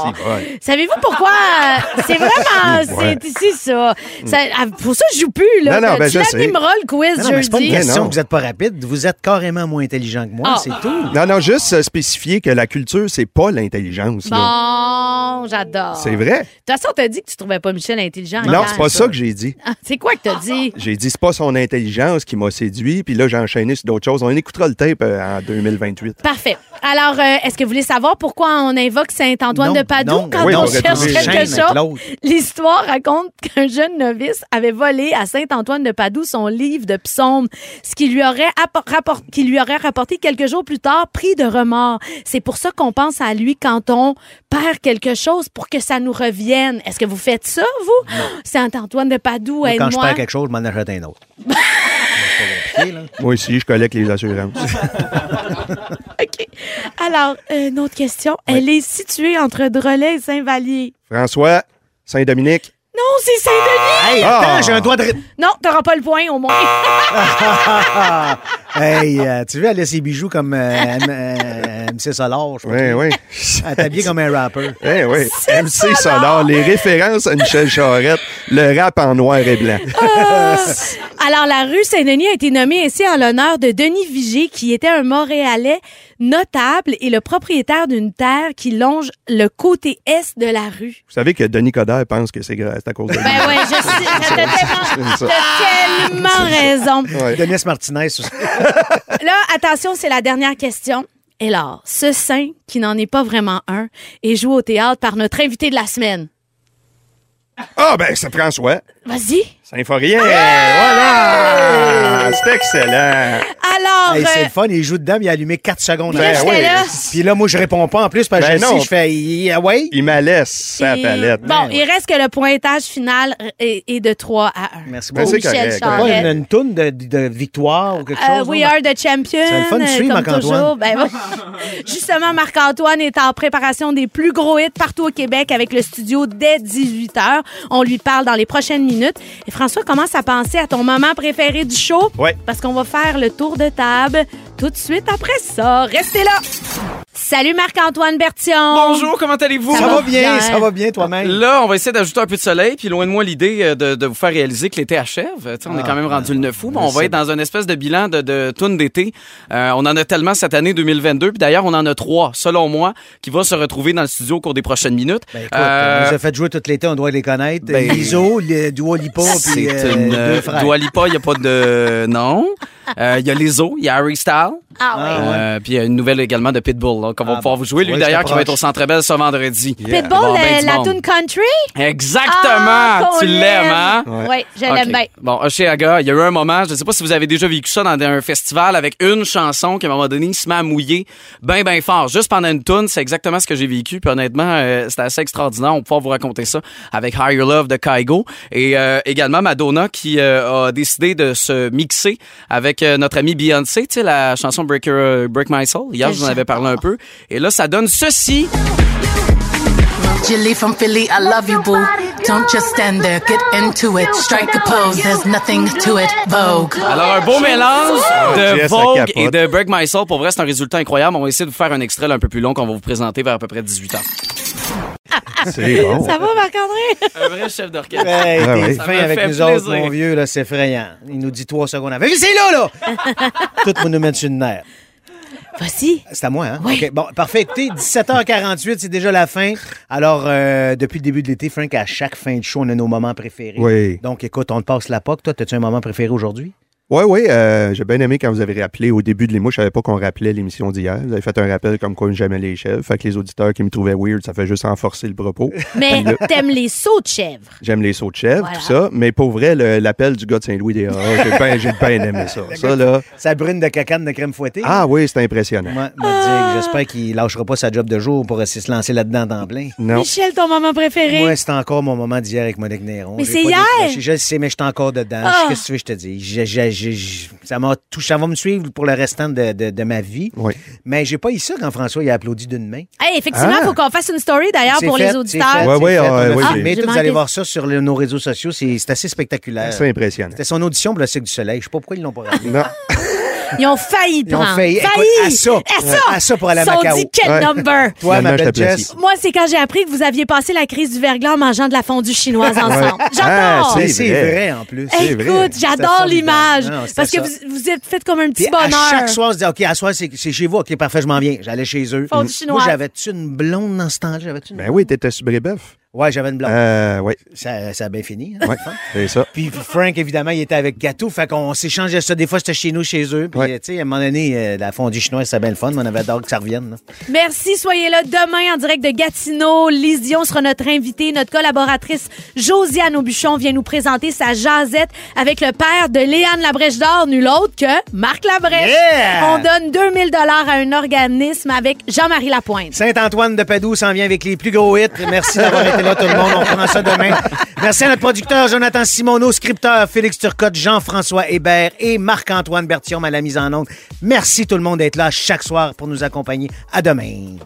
C'est vrai. Savez-vous pourquoi? euh, c'est vraiment. Ouais. C'est ici, ça. Ça- ah, Pour ça, je joue plus, là. Non, non, ben, tu je sais. l'animeras, le quiz Non, non, mais c'est pas une jeudi. question non. que vous êtes pas rapide. Vous êtes carrément moins intelligent que moi, Ah. c'est tout. Non, non, juste euh, spécifier que la culture, c'est pas l'intelligence. là. Bon, Ah, j'adore. C'est vrai? De toute façon, t'as dit que tu trouvais pas Michel intelligent. Ah, Non, c'est pas ça que j'ai dit. C'est quoi que t'as dit? J'ai dit, c'est pas son intelligence qui m'a séduit, puis là, j'ai enchaîné sur d'autres choses. On écoutera le tape euh, en 2028. Parfait. Alors, euh, est-ce que vous voulez savoir pourquoi on invoque Saint-Antoine Non, de Padoue non, quand oui, on on cherche retrouve quelque Shane avec chose? l'autre. L'histoire raconte qu'un jeune novice avait volé à Saint-Antoine de Padoue son livre de psaumes, ce qui lui aurait, appor- rapport- qui lui aurait rapporté quelques jours plus tard pris de remords. C'est pour ça qu'on pense à lui quand on perd quelque chose pour que ça nous revienne. Est-ce que vous faites ça, vous? Saint-Antoine de Padoue, Moi, Quand je aide-moi. perds quelque chose, je m'en achète un autre. C'est pas compliqué, là. Moi aussi, je collecte les assurances. OK. Alors, euh, une autre question. Elle est située entre Drolet et Saint-Vallier. François, Saint-Dominique, Non, c'est Saint-Denis! Hey, Ah! attends, j'ai un doigt de... Non, t'auras pas le point, au moins. Hey, euh, tu veux, elle a ses bijoux comme euh, M. euh, MC Solar, je sais pas oui, trop. oui. Elle est habillée comme un rapper. Eh oui, MC Solar, les références à Michel Charette, le rap en noir et blanc. Alors, la rue Saint-Denis a été nommée ainsi en l'honneur de Denis Vigée, qui était un Montréalais notable et le propriétaire d'une terre qui longe le côté est de la rue. Vous savez que Denis Coderre pense que c'est gra- c'est à cause de lui. Ben ouais, je sais, t'as tellement, t'as tellement raison. Ouais. Denis Martinez. aussi. Là, attention, c'est la dernière question. Et là, ce saint, qui n'en est pas vraiment un, est joué au théâtre par notre invité de la semaine. Ah, ben, c'est François. Vas-y. Symphorien. Voilà. C'est excellent. Alors, Hey, euh, c'est le fun, il joue dedans, mais il a allumé 4 secondes. là, Ben j'étais oui. là. Puis là, moi, je réponds pas en plus parce que Ben je non. sais, je fais I- ah ouais. Il m'a laissé sa Et- palette. Ben Bon, il reste que le pointage final est, est de 3 à 1. Merci Ben, beaucoup. c'est Michel correct. T'as pas Charette. une, une toune de, de victoire ou quelque Euh, chose? we non? are the champions. C'est le fun de euh, suivre, comme Marc-Antoine. toujours. Ben, oui. justement, Marc-Antoine est en préparation des plus gros hits partout au Québec avec le studio dès 18h. On lui parle dans les prochaines minutes. Et François commence à penser à ton moment préféré du show. Ouais. Parce qu'on va faire le tour de table tout de suite après ça. Restez là. Salut Marc-Antoine Bertion. Bonjour, comment allez-vous? Ça Ça va va bien, bien. ça va bien toi-même. Là, on va essayer d'ajouter un peu de soleil, puis loin de moi l'idée euh, de, de vous faire réaliser que l'été achève. Euh, tu sais, on est Ah, quand même rendu le 9 août, mais on va être dans une espèce de bilan de, de tourne d'été. Euh, on en a tellement cette année 2022, puis d'ailleurs, on en a trois, selon moi, qui va se retrouver dans le studio au cours des prochaines minutes. Ben écoute, Euh, on nous a fait jouer tout l'été, on doit les connaître. ben- L'ISO, le Dua Lipa, puis c'est euh, une deux euh, frères. Dua Lipa, il n'y a pas de nom. Euh, Il y a les os, il y a Harry Styles. Ah Ah ouais. Euh, puis il y a une nouvelle également de Pitbull là, qu'on va Ah, pouvoir vous jouer. oui, Lui je d'ailleurs qui va t'approche. être au Centre Bell ce vendredi. ouais. Pitbull, Bon, ben, euh, du la monde. tune country. Exactement, Ah, tu qu'on l'aimes hein? l'aime. Oui, je OK. l'aime bien. Bon, Oshéaga, il y a eu un moment, je ne sais pas si vous avez déjà vécu ça dans un festival avec une chanson qui, à un moment donné, se met à mouiller ben, ben fort. Juste pendant une toune, c'est exactement ce que j'ai vécu. Puis honnêtement, euh, c'était assez extraordinaire. On va pouvoir vous raconter ça avec Higher Love de Kaigo. Et euh, également Madonna qui euh, a décidé de se mixer avec avec euh, notre amie Beyoncé, tu sais, la chanson Break, Your- Break My Soul. Hier, je vous en avais parlé un peu. Et là, ça donne ceci. Jilly from Philly, I love you, boo. Don't just stand there, get into it. Strike a pose, there's nothing to it. Vogue. Alors, un beau mélange Ah, de Jess, Vogue elle et de Break My Soul. Pour vrai, c'est un résultat incroyable. On va essayer de vous faire un extrait là, un peu plus long qu'on va vous présenter vers à peu près 18 ans. C'est bon. Ah, Ça va, Marc-André? Un vrai chef d'orchestre. Hey, Ah Ça me t'es fin avec fait nous plaisir. autres, mon vieux, là, c'est effrayant. Il nous dit trois secondes avec. C'est là, là! Tout pour nous mettre sur une nerf. Voici. C'est à moi, hein? OK, bon, parfait. Écoutez, 17h48, c'est déjà la fin. Alors, euh, depuis le début de l'été, Frank, à chaque fin de show, on a nos moments préférés. Oui. Donc, écoute, on te passe la POC. Toi, as-tu un moment préféré aujourd'hui? Oui, oui, euh, j'ai bien aimé quand vous avez rappelé au début de l'émission. Je savais pas qu'on rappelait l'émission d'hier. Vous avez fait un rappel comme quoi on jamais les chèvres. Fait que les auditeurs qui me trouvaient weird, ça fait juste renforcer le propos. Mais Puis là, t'aimes les sauts de chèvre. J'aime les sauts de chèvre, Voilà. tout ça. Mais pour vrai, le- l'appel du gars de Saint-Louis des AA, j'ai bien j'ai bien aimé ça. Ça, là. Sa brune de cacane de crème fouettée. Ah oui, c'est impressionnant. Moi, me Ah! dire que j'espère qu'il lâchera pas sa job de jour pour essayer de se lancer là-dedans en temps plein. Non. Michel, ton moment préféré? Moi, c'est encore mon moment d'hier avec Monique Néron. Mais J'ai c'est pas hier! décroché. Je le sais, mais je suis encore dedans. Ah! Qu'est-ce que tu veux que je te dis? Je- je- je- je- ça m'a touché. Ça va me suivre pour le restant de, de- de ma vie. Mais j'ai pas eu ça quand François il a applaudi d'une main. Hey, effectivement, il Ah. faut qu'on fasse une story d'ailleurs C'est pour fait, les c'est auditeurs. fait, c'est fait. On a Ah, filmé j'ai tout. vous manqué allez voir ça sur le- nos réseaux sociaux. C'est c'est assez spectaculaire. C'est impressionnant. C'était son audition pour le Cirque du Soleil. Je sais pas pourquoi ils l'ont pas rappelé. Non. Ils ont failli Ils ont prendre. failli. Écoute, à ça. À ça. À ça pour aller à Ils ont Macao. dit quel Ouais. number. Toi, ma belle Jess. Moi, c'est quand j'ai appris que vous aviez passé la crise du verglas en mangeant de la fondue chinoise ensemble. Ouais. J'adore. Ah, Mais c'est vrai. en plus. Écoute, j'adore l'image. Non, c'était Parce que ça. vous, vous êtes fait comme un petit Puis bonheur. à chaque soir, on se dit, OK, à soir, c'est c'est chez vous. OK, parfait, je m'en viens. J'allais chez eux. Fondue Moi, chinoise. j'avais-tu une blonde dans ce temps-là? J'avais-tu une Ben oui, t'étais sur Brébeuf. Ouais, j'avais une blonde. Euh, oui. Ça, ça a bien fini. hein. Oui, c'est ça. Puis Frank, évidemment, il était avec Gato. Fait qu'on s'échangeait ça. Des fois, c'était chez nous, chez eux. Puis, euh, tu sais, à un moment donné, euh, la fondue chinoise, c'était bien le fun. mais On avait hâte que ça revienne. là. Merci, soyez là demain en direct de Gatineau. Lise Dion sera notre invitée. Notre collaboratrice Josiane Aubuchon vient nous présenter sa jasette avec le père de Léane Labrèche d'Or, nul autre que Marc Labrèche. Yeah! On donne 2000 dollars à un organisme avec Jean-Marie Lapointe. Saint-Antoine de Padoue s'en vient avec les plus gros hits. Merci d'avoir été là, tout le monde. On prend ça demain. Merci à notre producteur Jonathan Simoneau, scripteur Félix Turcotte, Jean-François Hébert et Marc-Antoine Berthiaume à la mise en onde. Merci tout le monde d'être là chaque soir pour nous accompagner. À demain.